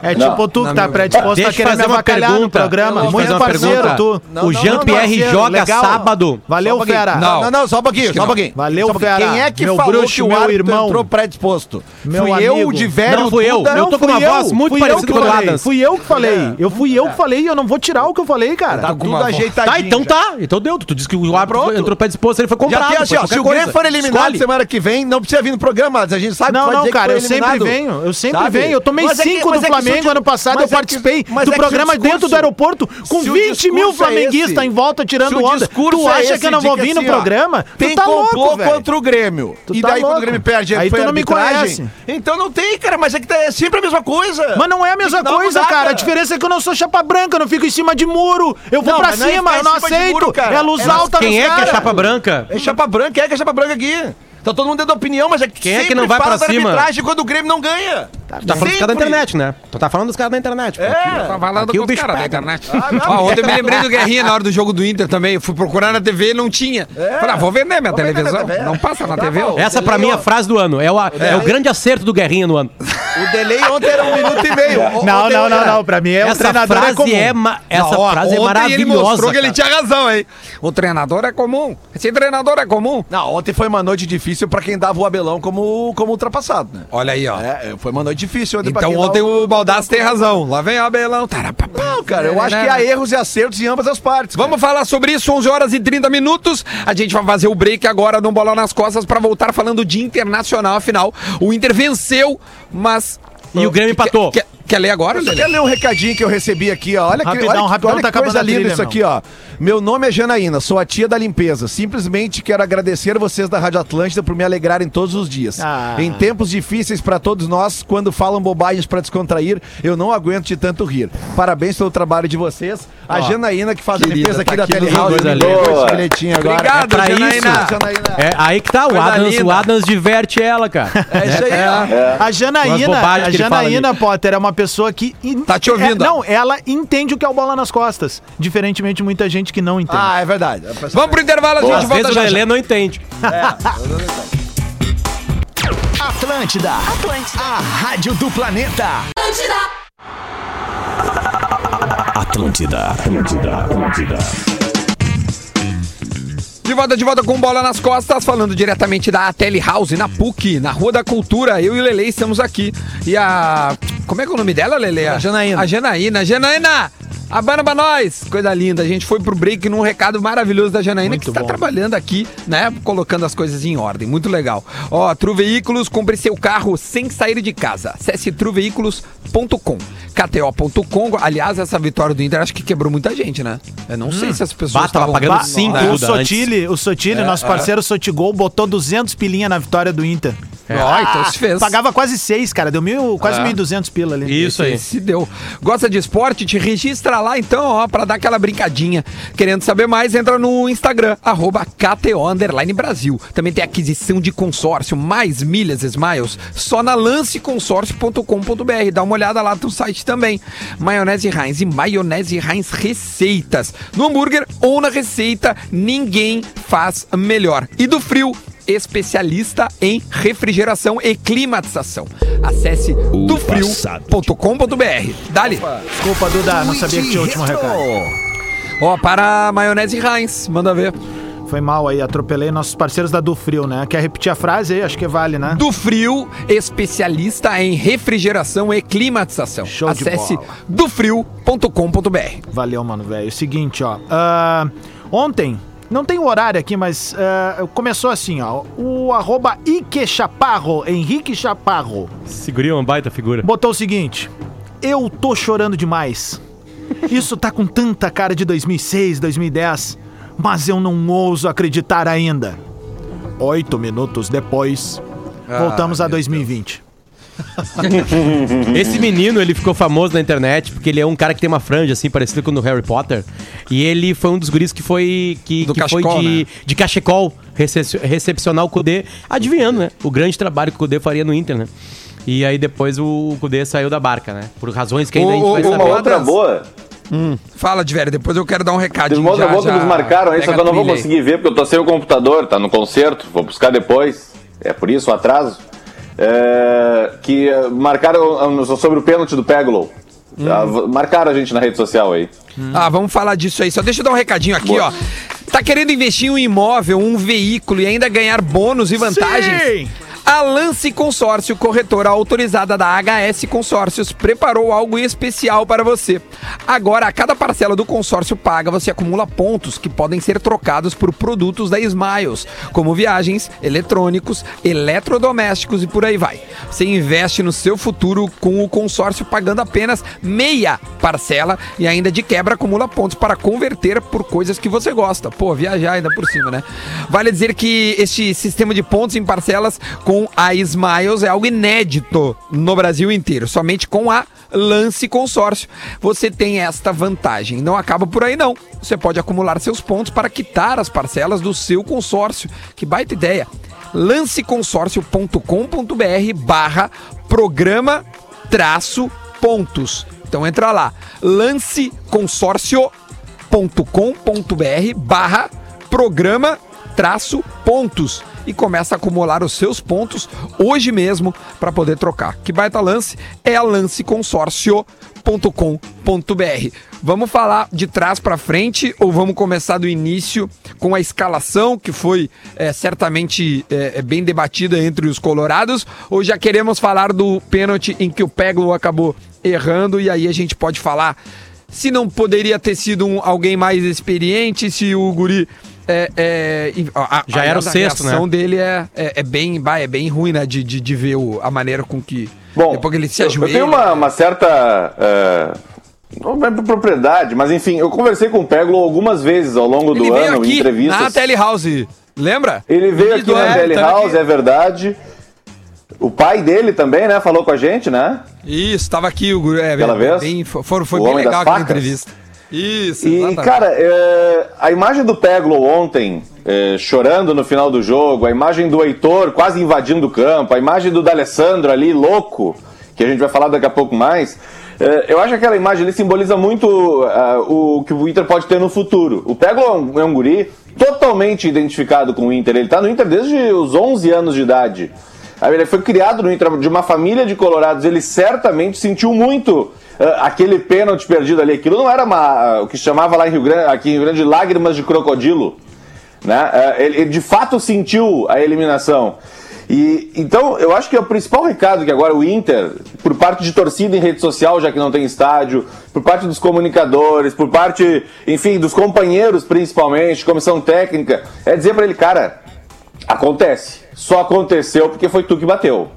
Speaker 3: É
Speaker 7: Não,
Speaker 3: tipo tu
Speaker 2: não,
Speaker 3: que tá
Speaker 2: meu-
Speaker 3: predisposto
Speaker 6: Deixa
Speaker 3: a
Speaker 6: eu
Speaker 3: querer me
Speaker 6: fazer uma
Speaker 3: avacalhar no
Speaker 6: pergunta.
Speaker 3: programa.
Speaker 6: Eu vou fazer
Speaker 3: Muito
Speaker 6: uma
Speaker 3: parceiro,
Speaker 6: pergunta.
Speaker 3: tu.
Speaker 6: O Jean-Pierre
Speaker 3: parceiro,
Speaker 6: joga
Speaker 3: legal.
Speaker 6: sábado.
Speaker 3: Valeu,
Speaker 4: Só um
Speaker 3: Fera.
Speaker 4: pouquinho.
Speaker 2: Não.
Speaker 4: Não, não, não, só um pouquinho,
Speaker 2: Acho que
Speaker 4: só um
Speaker 2: não.
Speaker 4: pouquinho.
Speaker 3: Valeu,
Speaker 4: Só um pouquinho.
Speaker 3: Fera.
Speaker 4: Quem é que
Speaker 3: Meu
Speaker 4: falou
Speaker 3: bruxo,
Speaker 4: que o
Speaker 3: meu
Speaker 4: árbitro
Speaker 3: irmão.
Speaker 4: entrou predisposto?
Speaker 3: Meu
Speaker 4: fui eu,
Speaker 3: amigo.
Speaker 4: o de velho
Speaker 6: Não, fui eu.
Speaker 4: Duda?
Speaker 6: Eu tô com
Speaker 4: Não,
Speaker 6: uma
Speaker 4: fui
Speaker 6: voz muito
Speaker 4: Fui
Speaker 6: parecida
Speaker 4: que
Speaker 6: com a do
Speaker 4: falei.
Speaker 6: Adams.
Speaker 3: Fui eu que falei. Eu fui eu que falei e eu não vou tirar o que eu falei, cara.
Speaker 4: Tá tudo
Speaker 2: uma voz.
Speaker 4: ajeitadinho.
Speaker 6: Tá, então
Speaker 4: já.
Speaker 6: tá. Então deu. Tu disse que o árbitro
Speaker 4: pronto.
Speaker 6: entrou predisposto, ele foi comprado.
Speaker 4: Já tem assim,
Speaker 6: foi
Speaker 4: ó, se
Speaker 6: qualquer
Speaker 4: o Grêmio
Speaker 6: coisa.
Speaker 4: for eliminado
Speaker 6: Escolhe.
Speaker 4: semana que vem, não precisa vir no programa, mas a gente sabe
Speaker 3: Não,
Speaker 4: pode
Speaker 3: não,
Speaker 4: dizer que
Speaker 3: cara,
Speaker 4: foi
Speaker 3: eu sempre
Speaker 4: eliminado.
Speaker 3: venho, eu sempre
Speaker 4: Sabe?
Speaker 3: venho. Eu tomei
Speaker 4: Mas é que-
Speaker 3: cinco
Speaker 4: mas é
Speaker 3: do
Speaker 4: que se o
Speaker 3: Flamengo
Speaker 4: di-
Speaker 3: ano passado,
Speaker 4: mas
Speaker 3: eu
Speaker 4: é que-
Speaker 3: participei
Speaker 4: mas
Speaker 3: do
Speaker 4: é que se o
Speaker 3: programa
Speaker 4: discurso-
Speaker 3: dentro do aeroporto com
Speaker 4: se o
Speaker 3: 20 mil
Speaker 4: discurso é
Speaker 3: flamenguistas
Speaker 4: esse-
Speaker 3: em volta tirando
Speaker 4: se o
Speaker 3: onda.
Speaker 4: discurso
Speaker 3: Tu
Speaker 4: é
Speaker 3: acha
Speaker 4: esse
Speaker 3: que eu não
Speaker 4: de
Speaker 3: vou
Speaker 4: que
Speaker 3: vir
Speaker 4: assim,
Speaker 3: no
Speaker 4: ó,
Speaker 3: programa? Tu
Speaker 4: Tem
Speaker 3: tá
Speaker 4: complô
Speaker 3: louco, velho.
Speaker 4: contra o Grêmio.
Speaker 3: Tu
Speaker 4: e
Speaker 3: tá
Speaker 4: daí quando
Speaker 3: louco.
Speaker 4: o Grêmio perde,
Speaker 3: Aí
Speaker 4: foi
Speaker 3: tu não me
Speaker 4: arbitragem.
Speaker 3: conhece.
Speaker 4: Então não tem, cara, mas é que tá- é sempre a mesma coisa.
Speaker 3: Mas não é a mesma
Speaker 4: Tem que dar uma
Speaker 3: coisa,
Speaker 4: mudada.
Speaker 3: cara. A diferença é que eu não sou chapa branca, eu não fico em cima de muro. Eu vou
Speaker 4: Não,
Speaker 3: pra
Speaker 4: mas não é
Speaker 3: cima,
Speaker 4: ficar em
Speaker 3: eu não
Speaker 4: cima de
Speaker 3: aceito.
Speaker 4: muro, cara.
Speaker 3: é luz
Speaker 4: É, mas
Speaker 3: alta
Speaker 6: Quem
Speaker 3: nos
Speaker 6: é que é
Speaker 3: cara.
Speaker 6: chapa branca?
Speaker 4: É chapa branca, é que é chapa branca aqui. Tá todo mundo dando opinião, mas é que
Speaker 6: Quem é que
Speaker 4: sempre
Speaker 6: não vai
Speaker 4: fala
Speaker 6: pra
Speaker 4: da
Speaker 6: cima?
Speaker 4: arbitragem quando o Grêmio não ganha.
Speaker 6: Tu tá falando dos caras da
Speaker 4: Sempre.
Speaker 6: internet, né? Tu tá falando dos caras da internet. pô.
Speaker 4: É.
Speaker 6: Aqui, ó.
Speaker 2: Tava lá
Speaker 6: Aqui o
Speaker 2: com os
Speaker 6: bicho
Speaker 2: caras da
Speaker 6: pega.
Speaker 2: internet.
Speaker 4: né? Ah, não,
Speaker 2: né? Ó, ontem eu me lembrei do Guerrinha na hora do jogo do Inter também. Eu fui procurar na TV e não tinha. Falei, ah, vou vender minha
Speaker 4: É. vender
Speaker 2: televisão.
Speaker 4: minha TV.
Speaker 2: Não passa na
Speaker 4: Tá
Speaker 2: TV.
Speaker 4: bom.
Speaker 6: Essa pra mim é a frase do ano. É o, é o grande acerto do Guerrinha no ano.
Speaker 4: O delay ontem era um minuto e meio. O-
Speaker 3: Não,
Speaker 4: ontem
Speaker 3: não,
Speaker 4: era-
Speaker 3: não, não. Pra mim é um
Speaker 6: essa
Speaker 3: treinador é
Speaker 6: frase
Speaker 3: comum.
Speaker 6: é, ma- essa
Speaker 2: Não, ó,
Speaker 6: frase é
Speaker 2: ontem
Speaker 6: maravilhosa.
Speaker 2: ele mostrou que ele
Speaker 6: cara.
Speaker 2: tinha razão, hein? O treinador é comum. Esse treinador é comum.
Speaker 4: Não, ontem foi uma noite difícil pra quem dava o Abelão como, como ultrapassado, né?
Speaker 2: Olha aí, ó.
Speaker 4: É, foi uma noite difícil ontem pra
Speaker 2: Então
Speaker 4: quem
Speaker 2: ontem
Speaker 4: dava-
Speaker 2: o Baldassi tem razão. Lá vem o Abelão. Tarapapá.
Speaker 4: Não, cara, eu acho que é há erros e acertos em ambas as partes.
Speaker 2: É, né? Vamos falar sobre isso, 11 horas e 30 minutos. A gente vai fazer o break agora no Bola nas Costas para voltar falando de Internacional. Afinal, o Inter venceu, mas...
Speaker 6: E o Grêmio
Speaker 2: Quer-
Speaker 6: empatou.
Speaker 2: Quer, quer ler agora,
Speaker 4: Eu só
Speaker 2: Lelê?
Speaker 4: quero ler um recadinho que eu recebi aqui, ó. Olha que,
Speaker 3: Rapidão,
Speaker 4: olha, que-
Speaker 3: rapidão,
Speaker 4: olha
Speaker 3: tá
Speaker 4: que coisa
Speaker 3: acabando a
Speaker 4: linda
Speaker 3: trilha,
Speaker 4: isso
Speaker 3: irmão.
Speaker 4: aqui, ó. Meu nome é Janaína, sou a tia da limpeza. Simplesmente quero agradecer vocês da Rádio Atlântida por me alegrarem todos os dias.
Speaker 3: Ah.
Speaker 4: Em tempos difíceis pra todos nós, quando falam bobagens pra descontrair, eu não aguento de tanto rir. Parabéns pelo trabalho de vocês. A Janaína que faz a
Speaker 2: querida,
Speaker 4: limpeza aqui
Speaker 2: tá
Speaker 4: da
Speaker 2: aqui nos
Speaker 4: Telehouse,
Speaker 6: dois
Speaker 4: me
Speaker 6: ali.
Speaker 4: deu
Speaker 7: Boa.
Speaker 4: esse bilhetinho agora.
Speaker 2: Obrigado,
Speaker 4: é pra
Speaker 2: Janaína.
Speaker 4: isso, Janaína.
Speaker 6: É, aí que tá, o
Speaker 2: Coisa
Speaker 6: Adams,
Speaker 2: linda.
Speaker 6: o Adams diverte ela, cara.
Speaker 4: É isso aí, ó.
Speaker 3: A
Speaker 6: Umas
Speaker 3: Janaína,
Speaker 6: bobagens
Speaker 3: a
Speaker 6: que ele fala
Speaker 3: Janaína Potter é uma pessoa que in-
Speaker 2: Tá te ouvindo,
Speaker 3: é-
Speaker 2: ó.
Speaker 3: não, ela entende o que é o bola nas costas, diferentemente de muita gente que não entende.
Speaker 4: Ah, é verdade. A pessoa-
Speaker 2: Vamos pro intervalo, a gente
Speaker 6: Às
Speaker 2: volta
Speaker 6: vezes o
Speaker 2: já. já.
Speaker 6: Lelê não entende.
Speaker 8: Atlântida. Atlântida. A rádio do planeta.
Speaker 1: Atlântida, Atlântida, Atlântida.
Speaker 2: De volta, de volta com bola nas costas, falando diretamente da Tele House, na PUC, na Rua da Cultura. Eu e o Lele estamos aqui. E a. Como é que é o nome dela, Lele? A
Speaker 4: Janaína.
Speaker 2: A Janaína. Janaína! Abana pra nós! Coisa linda. A gente foi pro break num recado maravilhoso da Janaína, que está trabalhando aqui, né? Colocando as coisas em ordem. Muito legal. Ó, Tru Veículos, compre seu carro sem sair de casa. Acesse truveículos.com. KTO.com. Aliás, essa vitória do Inter acho que quebrou muita gente, né? Eu não sei se as pessoas.
Speaker 6: Hum. Bah, tava
Speaker 2: estavam-
Speaker 6: pagando
Speaker 3: Bah,
Speaker 6: cinco,
Speaker 3: o
Speaker 6: Duda, antes. É,
Speaker 3: Sotile, o Sotile, nosso parceiro Sotigol, botou 200 pilinha na vitória do Inter.
Speaker 6: É,
Speaker 2: Ó,
Speaker 3: Ah,
Speaker 2: então se fez.
Speaker 3: Pagava quase 6, cara. Deu mil, quase 1.200 pila ali.
Speaker 6: Isso aí.
Speaker 2: Se deu. Gosta de esporte? Te registra lá então, ó, pra dar aquela brincadinha. Querendo saber mais, entra no Instagram, arroba KTO Underline Brasil. Também tem aquisição de consórcio, mais milhas, smiles, só na lanceconsórcio.com.br. Dá uma olhada lá no site também. Maionese Heinz e Maionese Heinz Receitas. No hambúrguer ou na receita, ninguém faz melhor. E do frio, especialista em refrigeração e climatização. Acesse dofrio.com.br. Dali.
Speaker 3: Desculpa, Duda, não sabia que tinha o último recado.
Speaker 2: Ó, para a maionese Heinz, manda ver.
Speaker 3: Foi mal aí, atropelei nossos parceiros da Do Frio, né? Quer repetir a frase aí? Acho que vale, né?
Speaker 2: Do Frio, especialista em refrigeração e climatização.
Speaker 3: Show de
Speaker 2: Acesse
Speaker 3: bola.
Speaker 2: dofrio.com.br.
Speaker 3: Valeu, mano, velho. É Seguinte, ó. ah, ontem, não tem o horário aqui, mas ah, começou assim, ó. O arroba Ike Chaparro, Henrique Chaparro,
Speaker 6: Segurinho é uma baita figura.
Speaker 3: botou o seguinte. Eu tô chorando demais. Isso tá com tanta cara de 2006, 2010, mas eu não ouso acreditar ainda. Oito minutos depois, voltamos a 2020.
Speaker 6: Esse menino, ele ficou famoso na internet porque ele é um cara que tem uma franja, assim, parecida com o do Harry Potter. E ele foi um dos guris que foi. que,
Speaker 2: Do
Speaker 6: que foi
Speaker 2: cachecol,
Speaker 6: de,
Speaker 2: né?
Speaker 6: de cachecol recep- recepcionar o Kudê, adivinhando, né? O grande trabalho que o Kudê faria no Inter, né? E aí depois o Kudê saiu da barca, né? Por razões que ainda a gente
Speaker 2: Ô,
Speaker 6: vai
Speaker 2: ô,
Speaker 6: saber.
Speaker 7: Uma outra
Speaker 2: Abraço.
Speaker 7: boa.
Speaker 2: Fala, de velho, depois eu quero dar um recadinho.
Speaker 7: Teve uma outra
Speaker 2: já,
Speaker 7: boa que
Speaker 2: já
Speaker 7: eles marcaram aí, só
Speaker 2: pega
Speaker 7: que eu não vou
Speaker 2: trilha aí.
Speaker 7: conseguir ver porque eu tô sem o computador, tá no concerto, vou buscar depois. É por isso o atraso. É, que eh, marcaram eh, sobre o pênalti do Peglow.
Speaker 2: Hum.
Speaker 7: Ah, v- Marcaram a gente na rede social aí.
Speaker 2: Ah, vamos falar disso aí. Só deixa eu dar um recadinho aqui,
Speaker 7: Boa.
Speaker 2: ó. Tá querendo investir em um imóvel, um veículo e ainda ganhar bônus e vantagens? A Lance Consórcio, corretora autorizada da HS Consórcios, preparou algo especial para você. Agora, a cada parcela do consórcio paga, você acumula pontos que podem ser trocados por produtos da Smiles, como viagens, eletrônicos, eletrodomésticos e por aí vai. Você investe no seu futuro com o consórcio pagando apenas meia parcela e ainda de quebra acumula pontos para converter por coisas que você gosta. Pô, viajar ainda por cima, né? Vale dizer que este sistema de pontos em parcelas com a Smiles é algo inédito no Brasil inteiro, somente com a Lance Consórcio. Você tem esta vantagem. Não acaba por aí não. Você pode acumular seus pontos para quitar as parcelas do seu consórcio. Que baita ideia. lanceconsórcio.com.br barra programa traço pontos. Então entra lá, lanceconsórcio.com.br barra programa traço pontos e começa a acumular os seus pontos hoje mesmo para poder trocar. Que baita lance é a lanceconsórcio.com.br. Vamos falar de trás para frente ou vamos começar do início com a escalação que foi é, certamente é, é, bem debatida entre os colorados ou já queremos falar do pênalti em que o Peglo acabou errando e aí a gente pode falar se não poderia ter sido um, alguém mais experiente, se o Guri. É, é, e- a- a-
Speaker 6: Já era o
Speaker 2: aliás,
Speaker 6: sexto, né?
Speaker 2: A reação dele é, é, é bem, bah, é bem ruim, né? De, de, de ver o- a maneira com que.
Speaker 7: Bom,
Speaker 2: depois que ele se
Speaker 7: eu-
Speaker 2: ajoelha.
Speaker 7: Eu tenho uma, uma certa. eh, não é propriedade, mas enfim, eu conversei com o Peglo algumas vezes ao longo
Speaker 2: ele
Speaker 7: do
Speaker 2: veio
Speaker 7: ano em
Speaker 2: aqui
Speaker 7: entrevistas.
Speaker 2: na Telehouse, lembra?
Speaker 7: Ele veio aqui
Speaker 2: do
Speaker 7: na
Speaker 2: ano,
Speaker 7: Tele
Speaker 2: tava
Speaker 7: House,
Speaker 2: aqui.
Speaker 7: é verdade. O pai dele também, né? Falou com a gente, né?
Speaker 2: Isso, tava aqui o Guri. É,
Speaker 7: Aquela
Speaker 2: bem-
Speaker 7: vez?
Speaker 2: bem- foi foi- foi
Speaker 7: O
Speaker 2: bem
Speaker 7: homem das
Speaker 2: legal aquela
Speaker 7: facas?
Speaker 2: entrevista. Isso,
Speaker 7: E,
Speaker 2: exatamente.
Speaker 7: cara, é, a imagem do Peglo ontem, é, chorando no final do jogo, a imagem do Heitor quase invadindo o campo, a imagem do D'Alessandro ali, louco, que a gente vai falar daqui a pouco mais, é, eu acho que aquela imagem ali simboliza muito ah, o que o Inter pode ter no futuro. O Peglo é um, é um guri totalmente identificado com o Inter, ele tá no Inter desde os 11 anos de idade. Aí Ele foi criado no Inter de uma família de colorados, ele certamente sentiu muito ah, aquele pênalti perdido ali, aquilo não era uma, ah, o que se chamava lá em Rio Grande, aqui em Rio Grande de lágrimas de crocodilo, né? Ah, ele, ele de fato sentiu a eliminação. E então eu acho que é o principal recado que agora o Inter, por parte de torcida em rede social, já que não tem estádio, por parte dos comunicadores, por parte, enfim, dos companheiros principalmente, comissão técnica, é dizer pra ele, cara, acontece. Só aconteceu porque foi tu que bateu.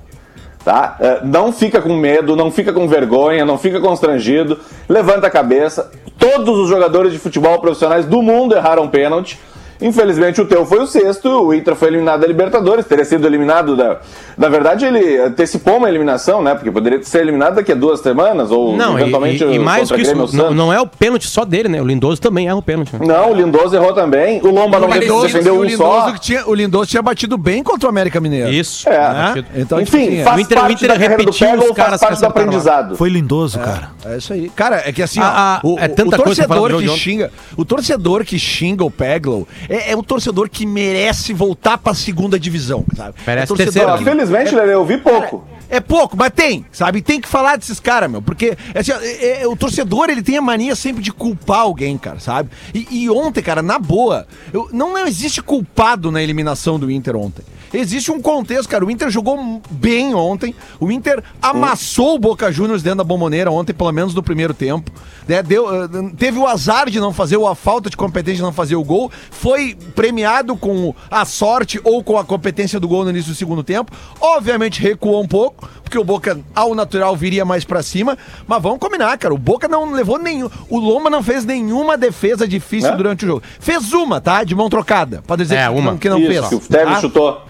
Speaker 7: Tá? Eh, Não fica com medo, não fica com vergonha, não fica constrangido. Levanta a cabeça. Todos os jogadores de futebol profissionais do mundo erraram um pênalti. Infelizmente o teu foi o sexto, o Inter foi eliminado da Libertadores, teria sido eliminado da. Na verdade, ele antecipou uma eliminação, né? Porque poderia ser eliminado daqui a duas semanas, ou
Speaker 6: Não, e-
Speaker 7: eventualmente
Speaker 6: e, e mais
Speaker 7: contra
Speaker 6: que isso,
Speaker 7: Grêmio ou
Speaker 6: não,
Speaker 7: Santos.
Speaker 6: não é o pênalti só dele, né? O Lindoso também erra o pênalti. né?
Speaker 7: Não, o Lindoso errou também. O Lomba não
Speaker 2: Parecido,
Speaker 7: defendeu
Speaker 4: o,
Speaker 7: um só.
Speaker 4: Lindoso que tinha, o Lindoso tinha batido bem contra o América Mineiro.
Speaker 6: Isso.
Speaker 7: É.
Speaker 6: né?
Speaker 4: Então,
Speaker 7: Enfim,
Speaker 4: tipo assim,
Speaker 7: faz
Speaker 6: o Inter- o
Speaker 7: parte
Speaker 6: Inter
Speaker 7: da carreira do
Speaker 6: repetiu
Speaker 7: Pega
Speaker 6: os
Speaker 7: ou
Speaker 6: caras
Speaker 7: faz
Speaker 6: que
Speaker 7: parte do
Speaker 6: acertaram lá.
Speaker 7: aprendizado.
Speaker 3: Foi lindoso, cara.
Speaker 4: É isso aí. Cara, é que assim,
Speaker 6: Ah, ah,
Speaker 4: ó, o,
Speaker 6: é
Speaker 4: o-
Speaker 6: tanta
Speaker 4: o
Speaker 6: coisa pra falar
Speaker 4: torcedor
Speaker 6: do
Speaker 4: que
Speaker 6: jogo.
Speaker 4: xinga, o torcedor que xinga o Peglow é, é um torcedor que merece voltar pra segunda divisão, sabe?
Speaker 6: Merece
Speaker 4: é torcedor
Speaker 6: terceira.
Speaker 7: Ah, Felizmente, Lele, eu vi pouco.
Speaker 4: É pouco, mas tem, sabe? Tem que falar desses caras, meu. Porque assim, ó, é- é- o torcedor, ele tem a mania sempre de culpar alguém, cara, sabe? E, e ontem, cara, na boa, eu- não, não existe culpado na eliminação do Inter ontem. Existe um contexto, cara. O Inter jogou m- bem ontem. O Inter amassou o Boca Juniors dentro da bomboneira ontem, pelo menos no primeiro tempo. né? Deu, eh, teve o azar de não fazer, ou a falta de competência de não fazer o gol. Foi premiado com a sorte ou com a competência do gol no início do segundo tempo. Obviamente recuou um pouco, porque o Boca, ao natural, viria mais pra cima. Mas vamos combinar, cara. O Boca não levou nenhum. O Lomba não fez nenhuma defesa difícil
Speaker 7: É?
Speaker 4: durante o jogo. Fez uma, tá? De mão trocada. Pra dizer
Speaker 6: É,
Speaker 4: que,
Speaker 6: uma.
Speaker 4: que não
Speaker 7: Isso,
Speaker 4: fez.
Speaker 7: que o Tevez
Speaker 4: tá?
Speaker 7: chutou.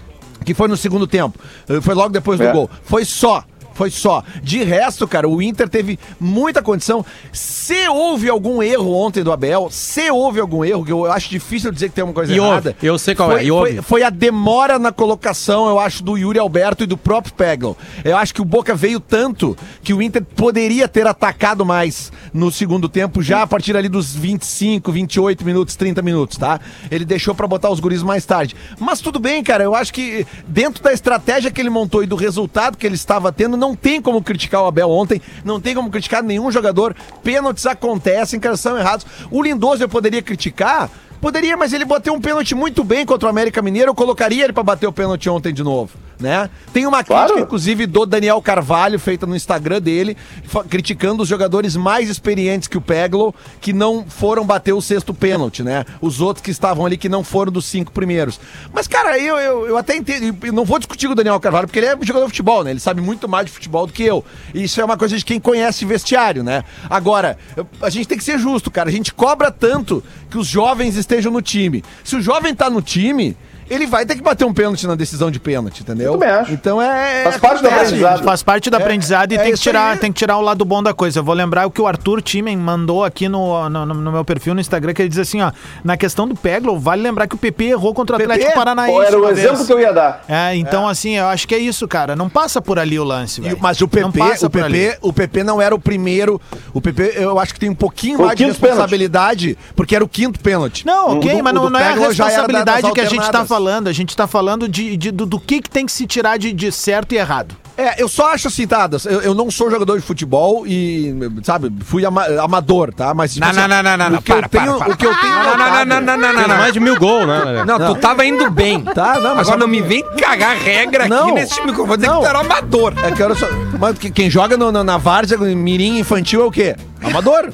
Speaker 4: que foi no segundo tempo. Eh, Foi logo depois do
Speaker 7: É.
Speaker 4: gol. Foi só. Foi só. De resto, cara, o Inter teve muita condição. Se houve algum erro ontem do Abel, se houve algum erro, que eu acho difícil dizer que tem uma coisa
Speaker 6: E houve.
Speaker 4: errada.
Speaker 6: Eu sei qual é.
Speaker 4: foi,
Speaker 6: E houve.
Speaker 4: Foi, foi a demora na colocação, eu acho, do Yuri Alberto e do próprio Peglow. Eu acho que o Boca veio tanto que o Inter poderia ter atacado mais no segundo tempo, já a partir ali dos 25, 28 minutos, 30 minutos, tá? Ele deixou pra botar os guris mais tarde. Mas tudo bem, cara, eu acho que dentro da estratégia que ele montou e do resultado que ele estava tendo, não tem como criticar o Abel ontem, não tem como criticar nenhum jogador. Pênaltis acontecem, caras são errados. O Lindoso eu poderia criticar, Poderia, mas ele bateu um pênalti muito bem contra o América Mineiro. Eu colocaria ele pra bater o pênalti ontem de novo, né? Tem uma
Speaker 7: Claro.
Speaker 4: crítica, inclusive, do Daniel Carvalho, feita no Instagram dele, fa- criticando os jogadores mais experientes que o Peglo, que não foram bater o sexto pênalti, né? Os outros que estavam ali, que não foram dos cinco primeiros. Mas, cara, eu, eu, eu até entendo. Eu não vou discutir com o Daniel Carvalho, porque ele é jogador de futebol, né? Ele sabe muito mais de futebol do que eu. E Isso é uma coisa de quem conhece vestiário, né? Agora, eu- a gente tem que ser justo, cara. A gente cobra tanto que os jovens estejam no time. Se o jovem tá no time, ele vai ter que bater um pênalti na decisão de pênalti, entendeu?
Speaker 7: Também acho.
Speaker 4: Então é.
Speaker 7: Faz parte do
Speaker 4: acontece,
Speaker 7: aprendizado.
Speaker 4: gente.
Speaker 3: Faz parte do aprendizado e
Speaker 4: é
Speaker 3: tem, que
Speaker 4: isso
Speaker 3: tirar,
Speaker 4: aí.
Speaker 3: tem que tirar o lado bom da coisa. Eu vou lembrar o que o Arthur Timen mandou aqui no, no, no meu perfil no Instagram, que ele diz assim, ó, na questão do Peglo, vale lembrar que o PP errou contra o
Speaker 4: PP?
Speaker 3: Atlético Paranaense.
Speaker 7: Ou era o
Speaker 3: uma vez.
Speaker 7: exemplo que eu ia dar.
Speaker 3: É, então assim, eu acho que é isso, cara. Não passa por ali o lance,
Speaker 4: E-
Speaker 3: velho.
Speaker 4: mas o
Speaker 3: Não
Speaker 4: PP,
Speaker 3: passa
Speaker 4: o
Speaker 3: por ali.
Speaker 4: PP, o PP não era o primeiro. O PP, eu acho que tem um pouquinho
Speaker 7: Foi o
Speaker 4: mais de
Speaker 7: quinto pênalti.
Speaker 4: responsabilidade, porque era o quinto pênalti.
Speaker 3: Não, ok,
Speaker 4: O do-
Speaker 3: mas
Speaker 4: o
Speaker 3: não,
Speaker 4: do
Speaker 3: não é a
Speaker 4: Peglo já era
Speaker 3: responsabilidade
Speaker 4: das
Speaker 3: que a gente tá
Speaker 4: alternadas.
Speaker 3: falando. A gente tá falando de, de- do, do que, que tem que se tirar de, de certo e errado.
Speaker 4: É, eu só acho assim, tá, Das, eu, eu não sou jogador de futebol e, sabe, fui ama- amador, tá? Mas. tipo
Speaker 2: Não,
Speaker 4: assim,
Speaker 2: não, não, não, não, não,
Speaker 4: O que eu
Speaker 2: para, para,
Speaker 4: tenho.
Speaker 2: para.
Speaker 4: O que eu tenho.
Speaker 2: Não, não, não, não, não, não, não,
Speaker 6: Fez mais
Speaker 2: não.
Speaker 6: de mil gols, né?
Speaker 2: Não, tu tava indo bem.
Speaker 4: Tá, não, mas
Speaker 2: Agora
Speaker 4: só-
Speaker 2: não me vem cagar regra
Speaker 4: Não.
Speaker 2: aqui nesse microfone. Vou dizer que
Speaker 4: Não.
Speaker 2: tu era amador.
Speaker 4: É que eu só. Mas que- quem joga no- na, na várzea, mirim infantil é o quê? Amador.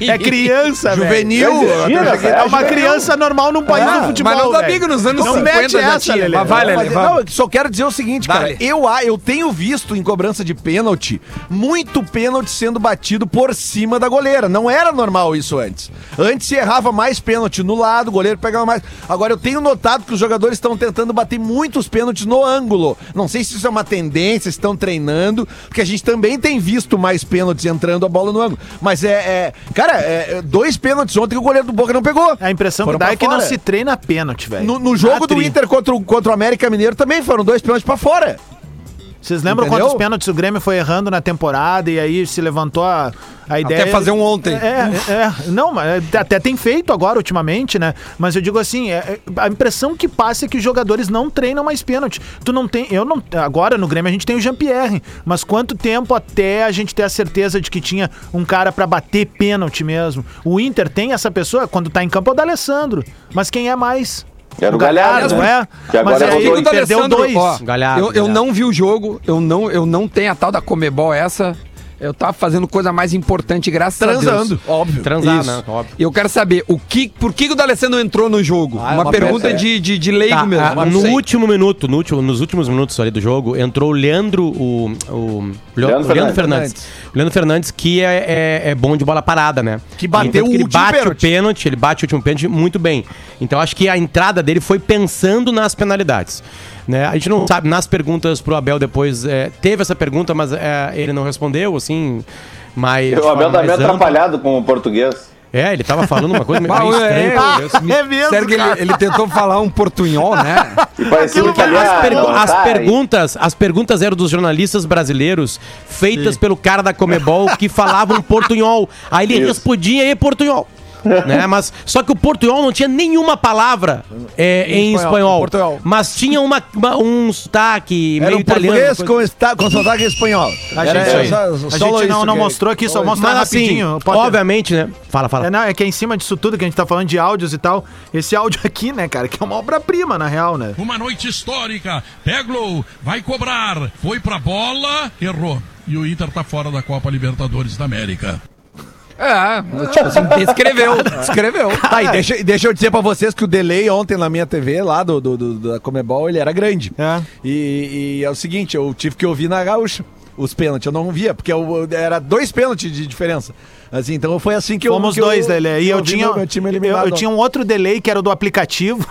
Speaker 3: É criança, velho.
Speaker 4: Juvenil.
Speaker 7: Imagina, velho,
Speaker 3: É uma
Speaker 7: acho que-
Speaker 4: um-
Speaker 3: criança normal num país
Speaker 4: Ah,
Speaker 3: do futebol.
Speaker 2: mas não dá
Speaker 3: velho.
Speaker 2: amigo nos anos
Speaker 3: Não
Speaker 2: 50
Speaker 3: mete
Speaker 2: já
Speaker 3: essa,
Speaker 2: tinha.
Speaker 3: Lelê.
Speaker 2: Mas vai, Lelê.
Speaker 4: Mas,
Speaker 2: levanta.
Speaker 4: não, eu só quero dizer o seguinte, cara.
Speaker 2: Dá-lhe.
Speaker 4: Eu, ah, eu tenho visto em cobrança de pênalti muito pênalti sendo batido por cima da goleira. Não era normal isso antes. Antes se errava mais pênalti no lado, o goleiro pegava mais. Agora eu tenho notado que os jogadores estão tentando bater muitos pênaltis no ângulo. Não sei se isso é uma tendência, se estão treinando, porque a gente também tem visto mais pênaltis entrando a bola no ângulo. Mas é. é- cara, é- é dois pênaltis ontem que o goleiro do Boca não pegou.
Speaker 3: A impressão
Speaker 4: Foram
Speaker 3: que dá
Speaker 4: pra
Speaker 3: é que não
Speaker 4: fora.
Speaker 3: se treina pênalti, velho.
Speaker 4: No, no jogo
Speaker 3: Ah,
Speaker 4: do
Speaker 3: tri.
Speaker 4: Inter contra o, contra o América Mineiro também foram dois pênaltis pra fora.
Speaker 3: Vocês lembram
Speaker 4: Entendeu?
Speaker 3: quantos pênaltis o Grêmio foi errando na temporada e aí se levantou a, a ideia.
Speaker 2: fazer um ontem.
Speaker 3: É, é, não, mas até tem feito agora ultimamente, né? Mas eu digo assim, é, é, a impressão que passa é que os jogadores não treinam mais pênalti. Tu não tem, eu não, agora no Grêmio a gente tem o Jean-Pierre, mas quanto tempo até a gente ter a certeza de que tinha um cara pra bater pênalti mesmo? O Inter tem essa pessoa quando tá em campo é o D'Alessandro, mas quem é mais?
Speaker 7: Era o Galhardo,
Speaker 3: não
Speaker 7: né?
Speaker 3: é?
Speaker 7: Que agora
Speaker 3: Mas
Speaker 7: é
Speaker 3: aí
Speaker 7: Rodolfo.
Speaker 3: ele perdeu dois.
Speaker 2: tá ó,
Speaker 6: Galhardo,
Speaker 2: eu, eu
Speaker 6: Galhardo.
Speaker 2: não vi o jogo, eu não, eu não tenho a tal da Comebol essa. Eu tava fazendo coisa mais importante, graças a Deus.
Speaker 4: Transando, óbvio.
Speaker 6: Transar,
Speaker 2: Isso.
Speaker 6: né? Óbvio.
Speaker 2: E eu quero saber, o que, por que, que o D'Alessandro entrou no jogo?
Speaker 4: Ah, é
Speaker 2: uma,
Speaker 4: uma
Speaker 2: pergunta
Speaker 4: peça, é.
Speaker 2: de, de, de leigo
Speaker 6: Tá,
Speaker 2: mesmo.
Speaker 6: ah,
Speaker 2: não
Speaker 6: no
Speaker 2: sei.
Speaker 6: último minuto, no último, nos últimos minutos ali do jogo, entrou o Leandro, o, o, Leo-
Speaker 7: Leandro
Speaker 6: o Leandro
Speaker 7: Fernandes.
Speaker 6: Fernandes. O Leandro Fernandes, que é, é, é bom de bola parada, né?
Speaker 4: Que bateu
Speaker 6: Então,
Speaker 4: o
Speaker 6: ele
Speaker 4: último
Speaker 6: bate
Speaker 4: pênalti.
Speaker 6: o pênalti, ele bate o último pênalti muito bem. Então acho que a entrada dele foi pensando nas penalidades. Né? A gente não sabe, nas perguntas pro Abel depois, é, teve essa pergunta, mas é, ele não respondeu, assim, mas... é um de
Speaker 7: O Abel
Speaker 6: forma
Speaker 7: tá
Speaker 6: mais
Speaker 7: meio
Speaker 6: ampla.
Speaker 7: atrapalhado com o português.
Speaker 6: É, ele tava falando uma coisa meio
Speaker 2: Bah,
Speaker 6: meio
Speaker 2: é,
Speaker 6: estranha.
Speaker 2: é, é mesmo, Sério que ele, ele tentou falar um portunhol, né?
Speaker 7: E parecia um
Speaker 6: Porque as,
Speaker 7: italiano.
Speaker 6: pergu- as
Speaker 7: tá, hein?
Speaker 6: perguntas, as perguntas eram dos jornalistas brasileiros, feitas pelo cara da Comebol que falavam portunhol. Aí ele
Speaker 7: Isso.
Speaker 6: respondia em portunhol. né? Mas só que o portunhol não tinha nenhuma palavra é, em, espanhol,
Speaker 4: portunhol.
Speaker 6: mas tinha uma, uma- um sotaque
Speaker 4: Era
Speaker 6: meio
Speaker 4: um
Speaker 6: italiano.
Speaker 4: português
Speaker 6: uma coisa-
Speaker 4: com, esta- com sotaque espanhol.
Speaker 3: assim. A
Speaker 4: Era-
Speaker 3: gente,
Speaker 6: isso aí.
Speaker 4: só-
Speaker 3: a
Speaker 4: só
Speaker 3: gente
Speaker 4: só
Speaker 3: não,
Speaker 4: isso
Speaker 3: não
Speaker 4: que-
Speaker 3: mostrou aqui, só mostra
Speaker 6: Mas assim,
Speaker 3: rapidinho. Potter.
Speaker 6: obviamente, né? Fala, fala.
Speaker 3: É, não, é que é em cima disso tudo que a gente tá falando de áudios e tal. Esse áudio aqui, né, cara, que é uma obra-prima, na real, né?
Speaker 9: Uma noite histórica. Peglo vai cobrar. Foi pra bola, errou. E o Inter tá fora da Copa Libertadores da América.
Speaker 2: É, tipo assim, escreveu, escreveu.
Speaker 4: Tá, e deixa, deixa eu dizer pra vocês que o delay ontem na minha TV, lá do, do- do- da Comebol, ele era grande.
Speaker 3: É.
Speaker 4: E, e é o seguinte, eu tive que ouvir na gaúcha os pênaltis, eu não via, porque eu- eu- era dois pênaltis de diferença. Assim, então foi assim que eu...
Speaker 3: Fomos
Speaker 4: que eu-
Speaker 3: dois dele. E
Speaker 4: que
Speaker 3: eu,
Speaker 4: vi
Speaker 3: tinha,
Speaker 4: meu- meu time
Speaker 3: eu-
Speaker 4: eliminado.
Speaker 3: eu tinha um outro delay que era o do aplicativo.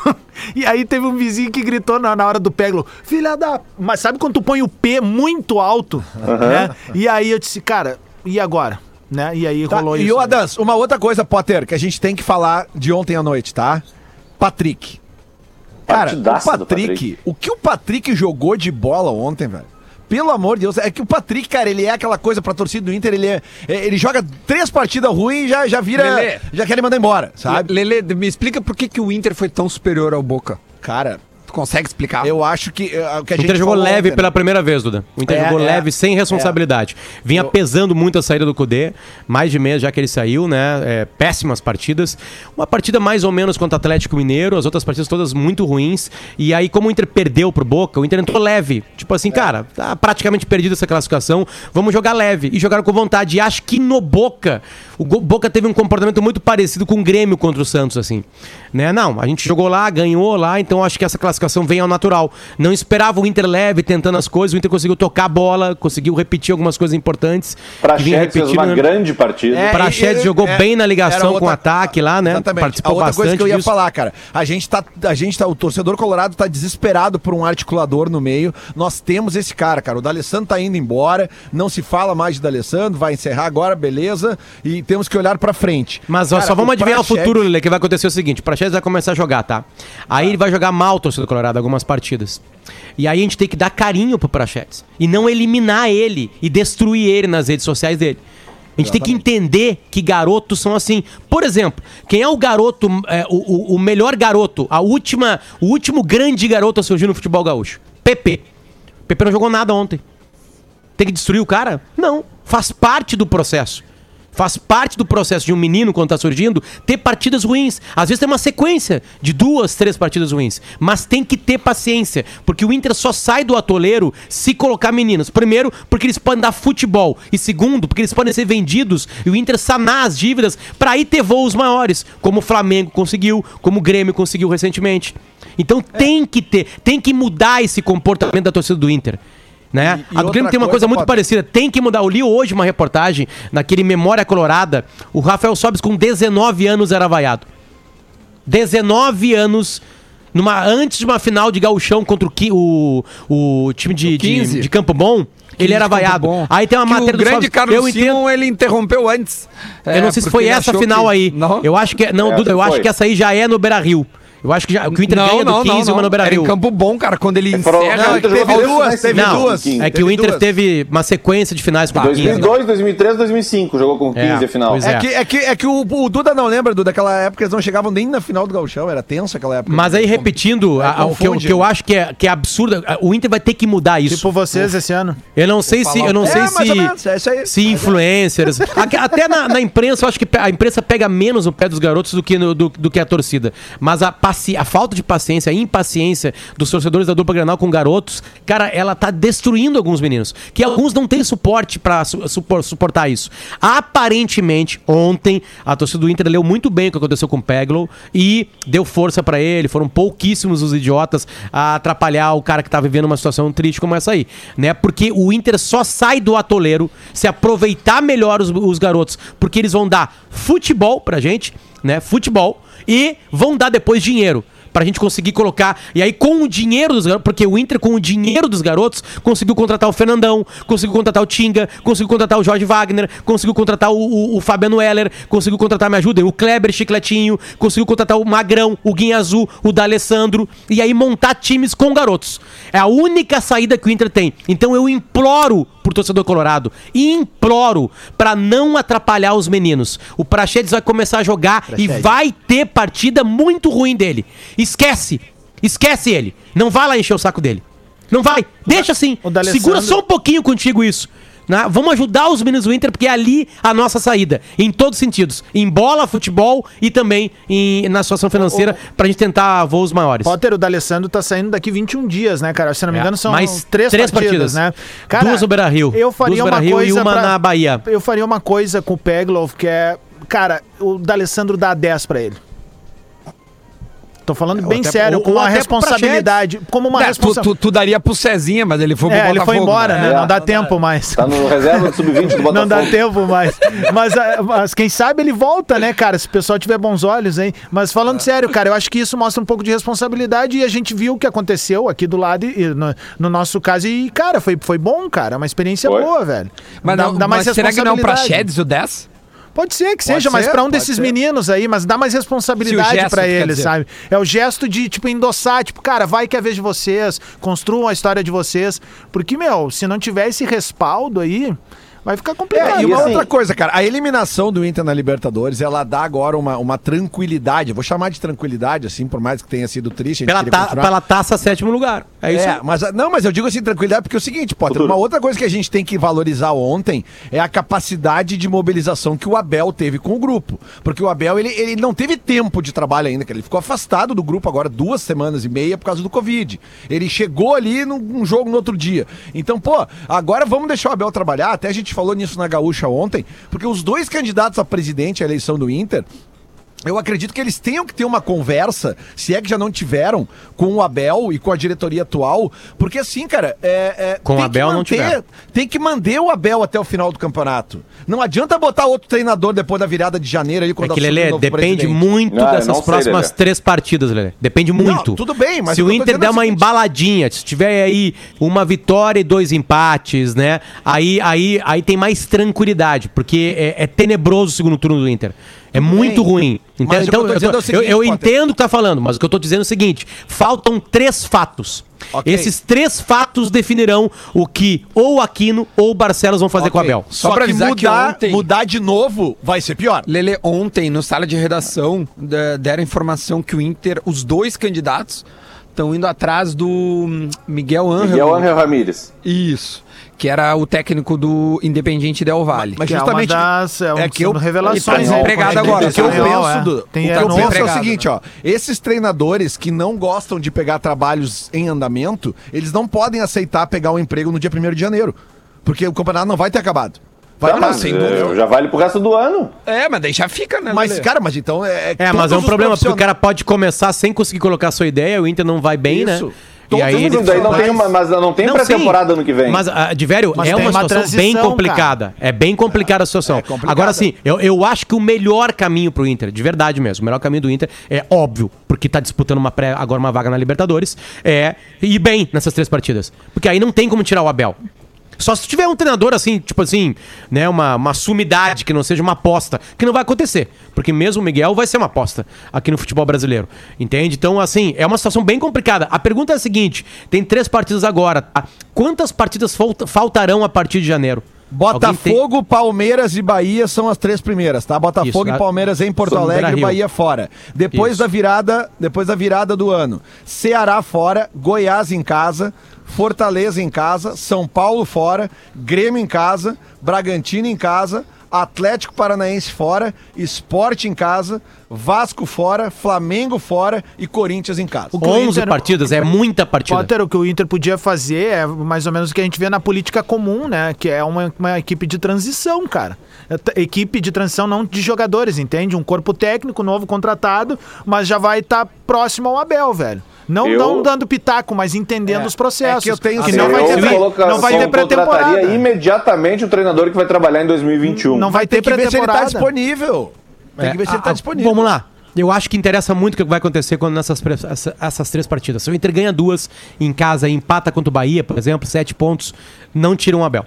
Speaker 3: e aí teve um vizinho que gritou na, na hora do Peglo: Filha da. Mas sabe quando tu põe o P muito alto? Né? E aí eu disse, cara, e agora? Né? E aí
Speaker 4: Tá,
Speaker 3: rolou
Speaker 4: e
Speaker 3: isso.
Speaker 4: o
Speaker 3: né?
Speaker 4: Adans, uma outra coisa, Potter, que a gente tem que falar de ontem à noite, tá? Patrick. Cara, o
Speaker 7: Partidaço
Speaker 4: Patrick,
Speaker 7: do Patrick.
Speaker 4: o que o Patrick jogou de bola ontem, velho? Pelo amor de Deus, é que o Patrick, cara, ele é aquela coisa pra torcida do Inter, ele é, é- ele joga três partidas ruins e já já vira,
Speaker 2: Lelê.
Speaker 4: já quer ele mandar embora, sabe?
Speaker 2: Lele, me explica por que, que o Inter foi tão superior ao Boca.
Speaker 4: Cara,
Speaker 2: Tu consegue explicar?
Speaker 4: eu acho que é, o que a
Speaker 6: O Inter
Speaker 4: gente
Speaker 6: jogou
Speaker 4: falou
Speaker 6: leve
Speaker 4: ontem,
Speaker 6: pela
Speaker 4: né?
Speaker 6: primeira vez, Duda. O Inter
Speaker 4: É,
Speaker 6: jogou
Speaker 4: é.
Speaker 6: leve, sem responsabilidade. Vinha pesando muito a saída do Cudê, mais de meia já que ele saiu, né? É, péssimas partidas. Uma partida mais ou menos contra o Atlético Mineiro, as outras partidas todas muito ruins. E aí, como o Inter perdeu pro Boca, o Inter entrou leve. Tipo
Speaker 4: É.
Speaker 6: assim, cara, tá praticamente perdido essa classificação, vamos jogar leve. E jogaram com vontade. E acho que no Boca, o Go- Boca teve um comportamento muito parecido com o Grêmio contra o Santos, assim. Né? Não, a gente jogou lá, ganhou lá, então acho que essa classificação vem ao natural. Não esperava o Inter leve tentando as coisas, o Inter conseguiu tocar a bola, conseguiu repetir algumas coisas importantes.
Speaker 7: Pra
Speaker 6: que vinha
Speaker 7: Chetes fez uma
Speaker 6: repetindo, né?
Speaker 7: grande partida.
Speaker 4: É,
Speaker 6: Praxedes
Speaker 4: e-
Speaker 6: jogou
Speaker 4: é,
Speaker 6: bem na
Speaker 4: era
Speaker 6: ligação
Speaker 4: outra-
Speaker 6: com o ataque lá, né?
Speaker 4: Exatamente.
Speaker 6: Participou
Speaker 4: a outra
Speaker 6: bastante
Speaker 4: coisa que eu ia
Speaker 6: disso.
Speaker 4: falar, cara. A gente tá, a gente tá, o torcedor colorado tá desesperado por um articulador no meio. Nós temos esse cara, cara. O D'Alessandro tá indo embora, não se fala mais de D'Alessandro, vai encerrar agora, beleza? E temos que olhar pra frente.
Speaker 6: Mas ó,
Speaker 4: Cara,
Speaker 6: só vamos
Speaker 4: o
Speaker 6: adivinhar o
Speaker 4: Praxedes-
Speaker 6: futuro, Lele, que vai acontecer o seguinte: o Praxedes vai começar a jogar, tá? Aí ele vai jogar mal o torcedor colorado algumas partidas. E aí a gente tem que dar carinho pro Praxedes. E não eliminar ele e destruir ele nas redes sociais dele. A gente tem que entender que garotos são assim. Por exemplo, quem é o garoto, é, o, o- o melhor garoto, a última, o último grande garoto a surgir no futebol gaúcho? PP. PP não jogou nada ontem. Tem que destruir o cara? Não. Faz parte do processo. Faz parte do processo de um menino, quando tá surgindo, ter partidas ruins. Às vezes tem uma sequência de duas, três partidas ruins. Mas tem que ter paciência. Porque o Inter só sai do atoleiro se colocar meninos. Primeiro, porque eles podem dar futebol. E segundo, porque eles podem ser vendidos e o Inter sanar as dívidas para aí ter voos maiores. Como o Flamengo conseguiu, como o Grêmio conseguiu recentemente. Então tem que ter, tem que mudar esse comportamento da torcida do Inter. Né?
Speaker 4: E- e
Speaker 6: a do Grêmio
Speaker 4: outra
Speaker 6: tem uma
Speaker 4: coisa,
Speaker 6: coisa muito
Speaker 4: Potter.
Speaker 6: parecida. Tem que mudar. Eu li hoje uma reportagem naquele Memória Colorada. O Rafael Sobes com 19 anos era vaiado. 19 anos numa antes de uma final de gauchão contra o qui- o, o time de, de-
Speaker 2: 15.
Speaker 6: de Campo Bom, ele era vaiado. Aí tem uma
Speaker 2: Que
Speaker 6: matéria
Speaker 2: o
Speaker 6: do
Speaker 2: grande
Speaker 6: Sobs.
Speaker 2: Carlos
Speaker 6: eu entendo.
Speaker 2: Simon, ele interrompeu antes. é,
Speaker 6: eu não sei se foi essa final aí.
Speaker 2: Não?
Speaker 6: Eu acho que é, não,
Speaker 7: Essa
Speaker 6: Duda, eu
Speaker 7: foi.
Speaker 6: acho que essa aí já é no Beira-Rio. Eu acho que, já, que o Inter ganha do 15 e uma no
Speaker 2: Era em
Speaker 6: Beira-Rio.
Speaker 2: campo bom, cara, quando ele
Speaker 7: pro-
Speaker 2: encerra...
Speaker 7: Não, é que teve
Speaker 2: Teve
Speaker 7: duas,
Speaker 2: duas,
Speaker 7: teve
Speaker 6: Não,
Speaker 7: duas. Tá.
Speaker 6: é que
Speaker 7: Teve
Speaker 6: o Inter
Speaker 4: duas.
Speaker 6: teve uma sequência de finais com o 15.
Speaker 7: 2002, 2003, 2005 jogou com 15
Speaker 6: É,
Speaker 7: a final.
Speaker 6: pois
Speaker 4: É que, é que, é que o, o Duda não lembra, Duda, daquela época eles não chegavam nem na final do Gauchão, era tenso aquela época.
Speaker 6: Mas aí, repetindo, a- a- o, que eu, o que eu acho que é, que é absurdo, a- o Inter vai ter que mudar isso.
Speaker 3: Tipo vocês esse ano.
Speaker 6: eu não sei se. Eu não
Speaker 4: É,
Speaker 6: sei
Speaker 4: mais ou menos,
Speaker 6: se.
Speaker 4: é isso aí.
Speaker 6: Se influencers. a- Até na, na imprensa, eu acho que pe- a imprensa pega menos o pé dos garotos do que, no- do, do que a torcida. Mas a, pa- paci- a falta de paciência, a impaciência dos torcedores da dupla Granal com garotos, cara, ela tá destruindo alguns meninos. Que alguns não têm suporte pra su- supor- suportar isso. Aparentemente, ontem, a torcida do Inter leu muito bem o que aconteceu com o Peglow e deu força pra ele. Foram pouquíssimos os idiotas a atrapalhar o cara que tá vivendo uma situação triste como essa aí. Né? Porque o Inter só sai do atoleiro se aproveitar melhor os, os garotos. Porque eles vão dar futebol pra gente, né? Futebol e vão dar depois dinheiro. Pra gente conseguir colocar. E aí, com o dinheiro dos garotos. Porque o Inter, com o dinheiro dos garotos, conseguiu contratar o Fernandão, conseguiu contratar o Tinga, conseguiu contratar o Jorge Wagner, conseguiu contratar o, o, o Fabiano Heller, conseguiu contratar, me ajudem, o Kleber Chicletinho, conseguiu contratar o Magrão, o Guinha Azul, o D'Alessandro. E aí, montar times com garotos. É a única saída que o Inter tem. Então, eu imploro pro torcedor colorado. Imploro pra não atrapalhar os meninos. O Praxedes vai começar a jogar e vai ter partida muito ruim dele. Esquece. Esquece ele. Não vai lá encher o saco dele. Não vai. Deixa assim.
Speaker 3: o D'Alessandro-
Speaker 6: Segura só um pouquinho contigo isso. né? Vamos ajudar os meninos do Inter, porque é ali a nossa saída. Em todos os sentidos. Em bola, futebol e também em- na situação financeira pra gente tentar voos maiores.
Speaker 3: Potter, o D'Alessandro tá saindo daqui 21 dias, né, cara? Se não me
Speaker 6: É,
Speaker 3: engano, são
Speaker 6: mais
Speaker 3: três,
Speaker 6: três
Speaker 3: partidas,
Speaker 6: partidas.
Speaker 3: né?
Speaker 6: Duas no Beira-Rio.
Speaker 3: Eu faria
Speaker 6: Duas no
Speaker 3: uma
Speaker 6: Beira-Rio e
Speaker 3: coisa
Speaker 6: uma
Speaker 3: pra-
Speaker 6: na Bahia.
Speaker 3: Eu faria uma coisa com o Peglov, que é... Cara, o D'Alessandro dá 10 pra ele. Tô falando bem
Speaker 4: até-
Speaker 3: sério,
Speaker 4: ou-
Speaker 3: com
Speaker 4: ou
Speaker 3: uma
Speaker 4: até pro
Speaker 3: responsabilidade. Como uma
Speaker 2: É, tu,
Speaker 3: responsabilidade.
Speaker 2: tu, tu daria pro Cezinha, mas ele foi pro
Speaker 3: É, ele foi
Speaker 2: Botafogo,
Speaker 3: embora, né?
Speaker 7: É,
Speaker 3: Não dá tempo mais.
Speaker 7: Tá no reserva do sub-20 do Botafogo.
Speaker 3: Não dá tempo mais. Mas, ah, mas quem sabe ele volta, né, cara? Se o pessoal tiver bons olhos, hein? Mas
Speaker 2: É.
Speaker 3: falando sério, cara, eu acho que isso mostra um pouco de responsabilidade e a gente viu o que aconteceu aqui do lado, e- e no, no nosso caso. E, cara, foi, foi bom, cara. Uma experiência
Speaker 7: Foi.
Speaker 3: boa, velho.
Speaker 2: Mas, não, mas será que não é o Praxedes o 10?
Speaker 3: Pode ser que seja, mas
Speaker 4: ser,
Speaker 3: pra um
Speaker 4: pode
Speaker 3: desses
Speaker 4: ser.
Speaker 3: meninos aí, mas dá mais
Speaker 2: Se o
Speaker 3: responsabilidade
Speaker 2: gesto,
Speaker 3: pra
Speaker 2: tu quer
Speaker 3: eles,
Speaker 2: dizer.
Speaker 3: sabe? É o gesto de, tipo, endossar, tipo, cara, vai que é a vez de vocês, construam a história de vocês. Porque, meu, se não tiver esse respaldo aí, vai ficar complicado. né?
Speaker 4: É, e
Speaker 7: E
Speaker 4: uma
Speaker 7: assim-
Speaker 4: outra coisa, cara, a eliminação do Inter na Libertadores, ela dá agora uma, uma tranquilidade, eu vou chamar de tranquilidade, assim, por mais que tenha sido triste, a gente
Speaker 6: Pela,
Speaker 4: queria
Speaker 6: ta-
Speaker 4: continuar.
Speaker 6: pela taça, sétimo lugar. É isso
Speaker 4: É, mas, não, mas eu digo assim, tranquilidade, porque é o seguinte, Potter,
Speaker 7: Futuro.
Speaker 4: uma outra coisa que a gente tem que valorizar ontem é a capacidade de mobilização que o Abel teve com o grupo. Porque o Abel, ele, ele não teve tempo de trabalho ainda, cara. Ele ficou afastado do grupo agora duas semanas e meia por causa do Covid. Ele chegou ali num, num jogo no outro dia. Então, pô, agora vamos deixar o Abel trabalhar. Até a gente falou nisso na Gaúcha ontem, porque os dois candidatos a presidente à eleição do Inter, eu acredito que eles tenham que ter uma conversa, se é que já não tiveram, com o Abel e com a diretoria atual, porque assim, cara, é, é,
Speaker 6: Com o
Speaker 4: tem que
Speaker 6: Abel não
Speaker 4: manter-
Speaker 6: tiveram.
Speaker 4: Tem que manter o Abel até o final do campeonato. Não adianta botar outro treinador depois da virada de janeiro aí
Speaker 6: É
Speaker 4: quando
Speaker 6: que,
Speaker 4: assume o
Speaker 6: Lelê,
Speaker 4: novo
Speaker 6: depende
Speaker 4: presidente.
Speaker 6: muito
Speaker 7: Ah, eu não
Speaker 6: dessas
Speaker 7: sei,
Speaker 6: próximas
Speaker 7: Lelê.
Speaker 6: três partidas, Lelê. Depende muito.
Speaker 4: tudo bem, mas
Speaker 6: Se
Speaker 4: o
Speaker 6: o
Speaker 4: que eu tô
Speaker 6: Inter
Speaker 4: dizendo
Speaker 6: der
Speaker 4: é o
Speaker 6: uma
Speaker 4: seguinte-
Speaker 6: embaladinha, se tiver aí uma vitória e dois empates, né? Aí, aí, aí tem mais tranquilidade, porque é, é tenebroso o segundo turno do Inter. É muito ruim. Então,
Speaker 4: Mas o que eu tô
Speaker 6: então, eu,
Speaker 4: dizendo
Speaker 6: tô-
Speaker 4: é o seguinte,
Speaker 6: eu- eu
Speaker 4: Potter.
Speaker 6: entendo o que tá falando, mas o que eu tô dizendo é o seguinte: faltam três fatos.
Speaker 4: Ok.
Speaker 6: Esses três fatos definirão o que ou Aquino ou Barcelos vão fazer com o
Speaker 4: Ok.
Speaker 6: Abel.
Speaker 4: Só,
Speaker 2: Só pra
Speaker 4: que
Speaker 2: avisar que
Speaker 4: mudar,
Speaker 2: ontem-
Speaker 4: mudar de novo vai ser pior.
Speaker 2: Lele, ontem, no sala de redação, da- deram informação que o Inter, os dois candidatos, estão indo atrás do hum, Miguel Angel.
Speaker 7: E é o Angel Ramírez.
Speaker 2: Isso. Que era o técnico do Independiente Del Vale.
Speaker 4: Mas
Speaker 3: Que é uma
Speaker 4: justamente
Speaker 3: das- é um-
Speaker 4: é que eu-
Speaker 3: são revelações
Speaker 2: e tá
Speaker 3: aí,
Speaker 6: um
Speaker 2: desempregado
Speaker 3: quando a gente
Speaker 2: agora.
Speaker 4: O que eu
Speaker 3: pensa real,
Speaker 4: penso,
Speaker 3: é.
Speaker 4: do-
Speaker 3: Tem
Speaker 4: o
Speaker 3: é
Speaker 4: que eu
Speaker 3: novo.
Speaker 4: penso é o
Speaker 2: empregado,
Speaker 4: seguinte, ó. Esses treinadores que não gostam de pegar trabalhos em andamento, eles não podem aceitar pegar um emprego no dia 1 de janeiro. Porque o campeonato não vai ter acabado. Vai
Speaker 7: Tá,
Speaker 4: parar,
Speaker 7: mas,
Speaker 4: sem
Speaker 7: eh,
Speaker 4: dúvida.
Speaker 7: já vale pro resto do ano.
Speaker 2: É, mas deixa fica, né?
Speaker 4: Mas,
Speaker 2: Lelê?
Speaker 4: cara, mas então é.
Speaker 6: É, mas é um
Speaker 4: todos os
Speaker 6: problema, porque o
Speaker 4: profissionais-
Speaker 6: cara pode começar sem conseguir colocar a sua ideia, o Inter não vai bem,
Speaker 4: Isso.
Speaker 6: né? E aí
Speaker 7: Tudo
Speaker 6: ele...
Speaker 7: daí não tem, uma-
Speaker 4: mais-
Speaker 7: mas não tem pré-temporada
Speaker 6: sim,
Speaker 7: ano que vem.
Speaker 6: Mas, ah, de velho,
Speaker 3: Mas
Speaker 6: é
Speaker 3: tem
Speaker 6: uma
Speaker 3: uma
Speaker 6: situação bem
Speaker 3: transição,
Speaker 6: complicada. É bem complicada a situação.
Speaker 4: complicada.
Speaker 6: Agora sim, eu, eu acho que o melhor caminho pro Inter, de verdade mesmo, o melhor caminho do Inter é óbvio, porque tá disputando uma pré, agora uma vaga na Libertadores, é ir bem nessas três partidas. Porque aí não tem como tirar o Abel. Só se tiver um treinador assim, tipo assim, né, uma, uma sumidade, que não seja uma aposta, que não vai acontecer. Porque mesmo o Miguel vai ser uma aposta aqui no futebol brasileiro. Entende? Então, assim, é uma situação bem complicada. A pergunta é a seguinte: tem três partidas agora. tá? Quantas partidas falta- faltarão a partir de janeiro? Alguém
Speaker 4: Botafogo, Palmeiras e Bahia são as três primeiras, tá? Botafogo
Speaker 6: Isso,
Speaker 4: e
Speaker 6: a-
Speaker 4: Palmeiras em Porto
Speaker 6: Sobre o
Speaker 4: Alegre,
Speaker 6: Beira-Rio.
Speaker 4: Bahia fora. Depois
Speaker 6: Isso.
Speaker 4: da virada, depois da virada do ano, Ceará fora, Goiás em casa, Fortaleza em casa, São Paulo fora, Grêmio em casa, Bragantino em casa, Atlético Paranaense fora, Esporte em casa, Vasco fora, Flamengo fora e Corinthians em casa.
Speaker 3: O que o
Speaker 6: 11
Speaker 3: Inter-
Speaker 6: partidas, é muita partida.
Speaker 3: Potter, o que o Inter podia fazer é mais ou menos o que a gente vê na política comum, né? Que é uma, uma equipe de transição, cara. É t- Equipe de transição não de jogadores, entende? Um corpo técnico novo contratado, mas já vai estar próximo ao Abel, velho. Não,
Speaker 7: Eu-
Speaker 3: não dando pitaco, mas entendendo os
Speaker 4: é
Speaker 3: processos.
Speaker 4: que eu tenho-
Speaker 3: que
Speaker 4: Assim,
Speaker 3: não, vai
Speaker 7: eu
Speaker 3: ter, pré-
Speaker 7: coloca-
Speaker 3: não vai ter
Speaker 7: eu
Speaker 3: pré-temporada.
Speaker 7: contrataria imediatamente o treinador que vai trabalhar em 2021.
Speaker 3: Não vai ter
Speaker 4: Tem que ver se ele tá
Speaker 3: pré-temporada.
Speaker 4: disponível. Tem que ver se ele tá
Speaker 6: Ah,
Speaker 4: disponível.
Speaker 6: Vamos lá. Eu acho que interessa muito o que vai acontecer quando nessas pre- essa- essas três partidas. Se o Inter ganha duas em casa e empata contra o Bahia, por exemplo, sete pontos, não tira um Abel.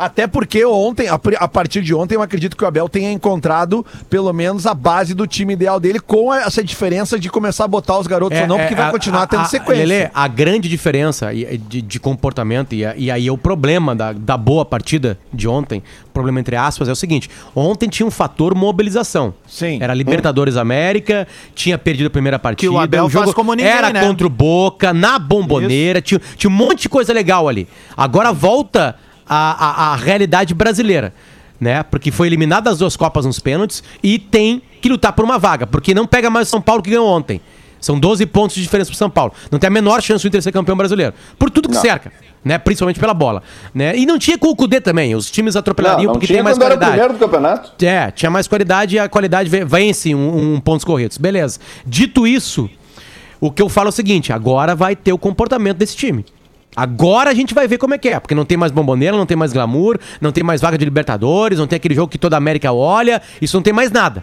Speaker 4: Até porque ontem, a, pri- a partir de ontem, eu acredito que o Abel tenha encontrado pelo menos a base do time ideal dele, com essa diferença de começar a botar os garotos ou não, porque vai
Speaker 6: É, a-
Speaker 4: continuar
Speaker 6: a-
Speaker 4: tendo
Speaker 6: a-
Speaker 4: sequência.
Speaker 6: Lelê, a grande diferença e- de, de comportamento, e, a- e aí é o problema da, da boa partida de ontem, problema entre aspas, é o seguinte: ontem tinha um fator mobilização.
Speaker 4: Sim.
Speaker 6: Era Libertadores América, tinha perdido a primeira partida. um
Speaker 3: Abel faz como ninguém,
Speaker 6: Era
Speaker 3: né?
Speaker 6: contra o Boca, na bomboneira, tinha, tinha um monte de coisa legal ali. Agora volta a, a, a realidade brasileira. Né? Porque foi eliminado das duas Copas nos pênaltis e tem que lutar por uma vaga, porque não pega mais o São Paulo que ganhou ontem. São 12 pontos de diferença pro São Paulo. Não tem a menor chance do Inter ser campeão brasileiro. Por tudo que cerca, né? Principalmente pela bola. Né? E não tinha com o Cudê também. Os times
Speaker 7: Não,
Speaker 6: atropelariam
Speaker 7: não
Speaker 6: porque
Speaker 7: tinha
Speaker 6: tem mais
Speaker 7: quando era o
Speaker 6: qualidade.
Speaker 7: primeiro do campeonato.
Speaker 6: É, tinha mais qualidade e a qualidade ve- vence um, um pontos corridos. Beleza. Dito isso, o que eu falo é o seguinte: agora vai ter o comportamento desse time. Agora a gente vai ver como é que é, porque não tem mais bomboneira, não tem mais glamour, não tem mais vaga de Libertadores, não tem aquele jogo que toda a América olha, isso não tem mais nada.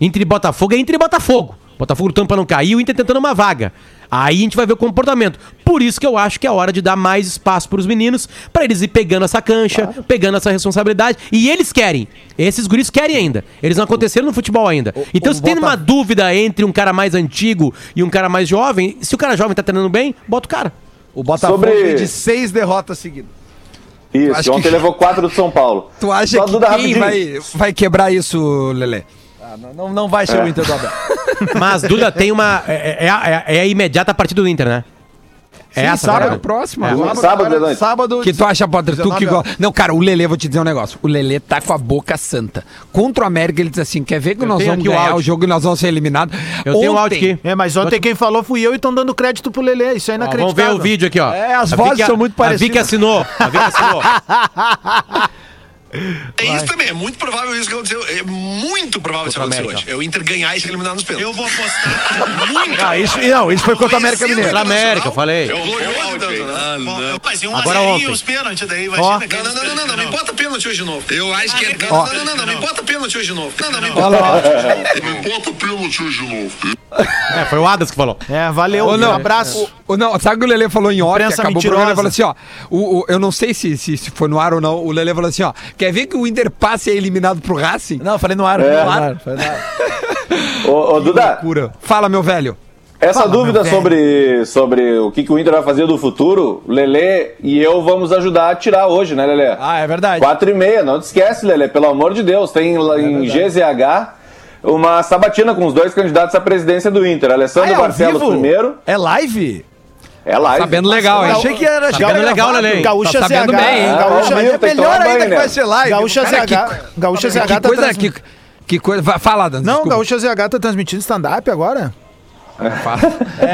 Speaker 6: Entre Botafogo é entre Botafogo. Botafogo lutando pra não cair, o Inter tentando uma vaga. Aí a gente vai ver o comportamento. Por isso que eu acho que é hora de dar mais espaço pros meninos, pra eles ir pegando essa cancha, pegando essa responsabilidade. E eles querem. Esses guris querem ainda. Eles não aconteceram no futebol ainda. então,
Speaker 4: o
Speaker 6: se tem
Speaker 4: Bota-
Speaker 6: uma dúvida entre um cara mais antigo e um cara mais jovem, se o cara jovem tá treinando bem, bota o cara.
Speaker 4: O Botafogo
Speaker 7: Sobre-
Speaker 4: vem de seis derrotas seguidas.
Speaker 7: Isso, ontem levou quatro do São Paulo.
Speaker 10: Tu acha
Speaker 7: Só
Speaker 10: que
Speaker 7: Duda,
Speaker 10: quem
Speaker 7: rapidinho.
Speaker 10: vai, vai quebrar isso, Lelê?
Speaker 4: Ah, não, não, não vai ser
Speaker 7: É.
Speaker 4: o Inter do Abel.
Speaker 6: Mas Duda tem uma. É, é- é a- é a imediata partida do Inter, né? É essa,
Speaker 10: sábado
Speaker 6: né?
Speaker 10: é o próximo.
Speaker 6: É.
Speaker 7: Um Sábado, sábado,
Speaker 4: agora,
Speaker 7: Dani.
Speaker 4: sábado
Speaker 10: Que tu acha, Potter? Tu que
Speaker 4: 19
Speaker 10: gosta. Não, cara, o Lelê, vou te dizer um negócio. O Lelê tá com a boca santa. Contra o América, ele diz assim: quer ver que nós
Speaker 6: tenho
Speaker 10: vamos
Speaker 6: aqui o
Speaker 10: ganhar o,
Speaker 6: áudio.
Speaker 10: jogo e nós vamos ser eliminados?
Speaker 6: Eu tenho o áudio aqui.
Speaker 3: É, mas ontem quem falou fui eu e estão dando crédito pro Lelê. Isso é
Speaker 6: Ó, vamos
Speaker 3: inacreditável.
Speaker 6: ver o vídeo aqui, ó.
Speaker 4: É, as
Speaker 6: A
Speaker 4: vozes
Speaker 6: Vicky-
Speaker 4: são muito
Speaker 6: A Vicky
Speaker 4: parecidas.
Speaker 6: assinou. A Vicky assinou.
Speaker 11: É isso também, é muito provável isso que aconteceu. É muito provável isso acontecer hoje. É o Inter ganhar e se eliminar nos pênaltis. Eu vou apostar muito.
Speaker 4: Ah, isso, não, isso foi contra o América Mineiro.
Speaker 6: Contra a América, eu falei.
Speaker 11: Mas um
Speaker 6: Agora ontem.
Speaker 11: os pênaltis daí, vai
Speaker 4: Ó.
Speaker 11: Não, não, não, não, não, não, me bota pênalti hoje de novo. Eu acho que é. Não,
Speaker 10: Ó.
Speaker 11: não, não, não, me bota pênalti hoje de novo. Não, não, me
Speaker 10: Olha lá, ó.
Speaker 11: bota pênalti hoje de novo.
Speaker 6: É, foi o Adas que falou.
Speaker 3: É, valeu.
Speaker 10: Ô,
Speaker 3: Um
Speaker 10: não.
Speaker 3: abraço.
Speaker 10: Ô, não, sabe o que o Lelê falou em hora?
Speaker 3: Imprensa
Speaker 10: Acabou o programa, ele falou assim,
Speaker 3: mentirosa.
Speaker 10: ó. o- o- eu não sei se, se, se foi no ar ou não. O Lelê falou assim, ó. Quer ver que o Inter passe é eliminado pro Racing?
Speaker 4: Não, eu falei no ar.
Speaker 7: É.
Speaker 4: No ar, falei no ar.
Speaker 7: Ô, ô, Duda,
Speaker 10: Cura. Fala, meu velho.
Speaker 7: essa dúvida sobre, sobre o que, que o Inter vai fazer do futuro, Lelê e eu vamos ajudar a tirar hoje, né, Lelê?
Speaker 4: Ah, é verdade.
Speaker 7: Quatro e meia, não te esquece, Lelê, pelo amor de Deus. Tem lá em GZH uma sabatina com os dois candidatos à presidência do Inter.
Speaker 4: Ah,
Speaker 7: Alessandro
Speaker 4: é ao
Speaker 7: Barcelos
Speaker 4: vivo?
Speaker 7: primeiro.
Speaker 4: É live?
Speaker 7: É live.
Speaker 10: Sabendo legal, hein?
Speaker 3: é
Speaker 4: Achei que era
Speaker 6: Tá vendo legal,
Speaker 4: gravado.
Speaker 6: Lelê?
Speaker 3: Gaúcha
Speaker 10: Tá sabendo
Speaker 3: ZH.
Speaker 10: bem, hein?
Speaker 3: Gaúcha,
Speaker 7: Tá
Speaker 4: É
Speaker 7: Tem que
Speaker 4: melhor
Speaker 7: tomar
Speaker 4: ainda
Speaker 7: banho,
Speaker 4: que vai
Speaker 7: né?
Speaker 4: ser live.
Speaker 3: Gaúcha
Speaker 10: Cara,
Speaker 3: ZH. Gaúcha ZH
Speaker 10: Que coisa,
Speaker 3: tá
Speaker 10: que,
Speaker 3: transmitindo-
Speaker 10: que coisa... vai- Fala, Dan,
Speaker 3: Não,
Speaker 10: desculpa.
Speaker 3: Gaúcha ZH tá transmitindo stand-up agora?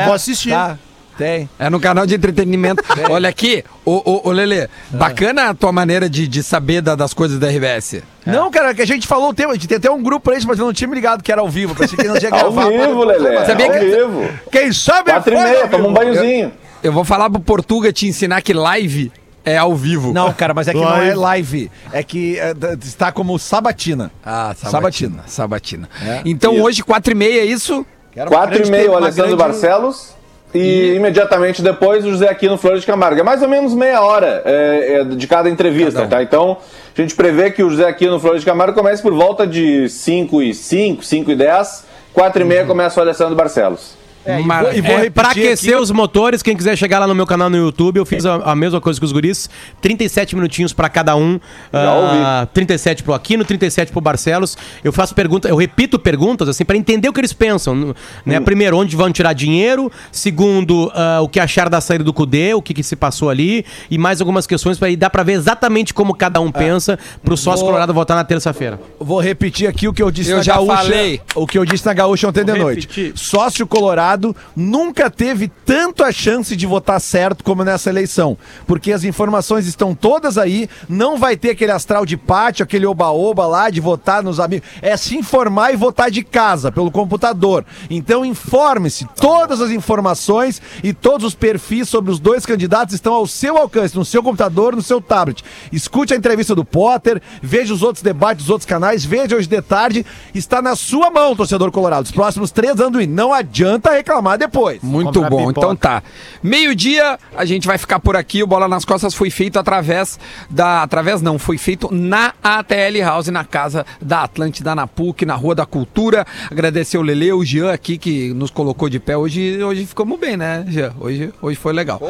Speaker 3: Vou assistir.
Speaker 4: Tá, tem.
Speaker 10: É no canal de entretenimento. Olha aqui, ô, ô, ô
Speaker 4: Ah.
Speaker 10: Lelê, bacana a tua maneira de, de saber da- das coisas da RBS.
Speaker 4: Não, cara, que a gente falou o tema, a gente tem até um grupo pra isso, mas eu não tinha me ligado que era Tá ao vivo. Pensei que não tinha
Speaker 7: Ao
Speaker 4: gravado.
Speaker 7: vivo, Lelê.
Speaker 10: Sabia
Speaker 7: né, ao
Speaker 10: que-
Speaker 7: vivo.
Speaker 4: Quem sabe é
Speaker 7: Quatro e
Speaker 4: fora
Speaker 7: meia,
Speaker 4: ao
Speaker 7: toma
Speaker 4: vivo.
Speaker 7: um banhozinho.
Speaker 10: Eu vou falar pro Portuga te ensinar que live é ao vivo.
Speaker 4: Não, cara, mas é que não é live. É que é, d- está como sabatina.
Speaker 10: Ah,
Speaker 4: Sabatina.
Speaker 10: Sabatina. Sabatina.
Speaker 4: É.
Speaker 10: Então hoje, quatro e meia, é isso?
Speaker 4: Que era uma
Speaker 7: Quatro e
Speaker 4: grande
Speaker 7: meio,
Speaker 4: tema, uma
Speaker 7: Alessandro
Speaker 4: grande-
Speaker 7: Barcelos. E imediatamente depois o José Aquino Flores de Camargo. É mais ou menos meia hora é, é, de cada entrevista, tá? Então a gente prevê que o José Aquino Flores de Camargo comece por volta de 5 e 5, 5 e 10. 4 e meia começa o Alessandro Barcelos.
Speaker 6: É, Mas, e vou, é, pra aquecer os motores, quem quiser chegar lá no meu canal no YouTube, eu fiz a, a mesma coisa que os guris. 37 minutinhos pra cada um. ah, 37 pro Aquino, 37 pro Barcelos. Eu faço perguntas, eu repito perguntas assim pra entender o que eles pensam. Né? Primeiro, onde vão tirar dinheiro. Segundo, ah, o que acharam da saída do Cudê, o que, que se passou ali. E mais algumas questões pra aí dar pra ver exatamente como cada um pensa pro sócio
Speaker 4: Vou-
Speaker 6: colorado votar na terça-feira.
Speaker 4: Vou repetir aqui o que eu disse
Speaker 6: Eu
Speaker 4: na
Speaker 6: já
Speaker 4: Gaúcha.
Speaker 6: falei.
Speaker 4: O que eu disse na Gaúcha ontem de
Speaker 6: Vou
Speaker 4: noite.
Speaker 6: repetir.
Speaker 4: Sócio Colorado nunca teve tanto a chance de votar certo como nessa eleição. Porque as informações estão todas aí, não vai ter aquele astral de pátio, aquele oba-oba lá de votar nos amigos. É se informar e votar de casa, pelo computador. Então informe-se. Todas as informações e todos os perfis sobre os dois candidatos estão ao seu alcance, no seu computador, no seu tablet. Escute a entrevista do Potter, veja os outros debates dos outros canais, veja hoje de tarde. Está na sua mão, torcedor colorado. Os próximos três anos e não adianta reclamar depois.
Speaker 2: Muito bom, então tá. Meio-dia, a gente vai ficar por aqui. O Bola nas Costas foi feito através da. Através não, foi feito na ATL House, na casa da Atlântida, na PUC, na Rua da Cultura. Agradecer o Lele, o Jean aqui que nos colocou de pé. Hoje, hoje ficamos bem, né, Jean? Hoje, hoje foi legal.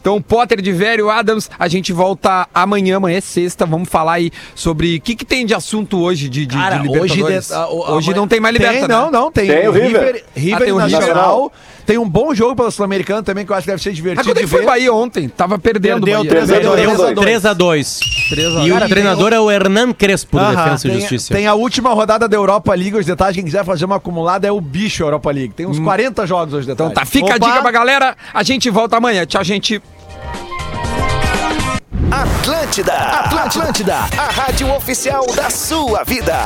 Speaker 2: Então, Potter de Velho, Adams, a gente volta amanhã, amanhã é sexta. Vamos falar aí sobre o que, que tem de assunto hoje de, de, de
Speaker 4: Cara, hoje,
Speaker 2: Libertadores.
Speaker 4: de- a- o-
Speaker 2: hoje
Speaker 4: amanhã-
Speaker 2: não Ah, tem mais
Speaker 4: Tem,
Speaker 2: Libertadores.
Speaker 4: Não, não, tem.
Speaker 7: Tem o River.
Speaker 4: River
Speaker 2: Ah, tem o
Speaker 4: Nacional.
Speaker 7: Nacional.
Speaker 4: Tem um bom jogo pela Sul-Americana também, que eu acho que deve ser
Speaker 2: Mas
Speaker 4: divertido
Speaker 2: quando é
Speaker 4: de
Speaker 2: que foi o
Speaker 4: ver.
Speaker 2: Bahia ontem? Tava perdendo
Speaker 3: Perdeu
Speaker 2: o Bahia.
Speaker 3: 3 a 2.
Speaker 6: 3 a 2 E o treinador é o Hernan Crespo, do
Speaker 4: Aham,
Speaker 6: Defensa e
Speaker 4: tem-
Speaker 6: Justiça.
Speaker 4: Tem a última rodada da Europa League hoje de tarde. Quem quiser fazer uma acumulada é o bicho Europa League. Tem uns 40 jogos hoje de tarde.
Speaker 2: Hum. Então tá, fica a
Speaker 4: Opa!
Speaker 2: dica pra galera. A gente volta amanhã. Tchau, gente.
Speaker 8: Atlântida, Atlântida, a rádio oficial da sua vida.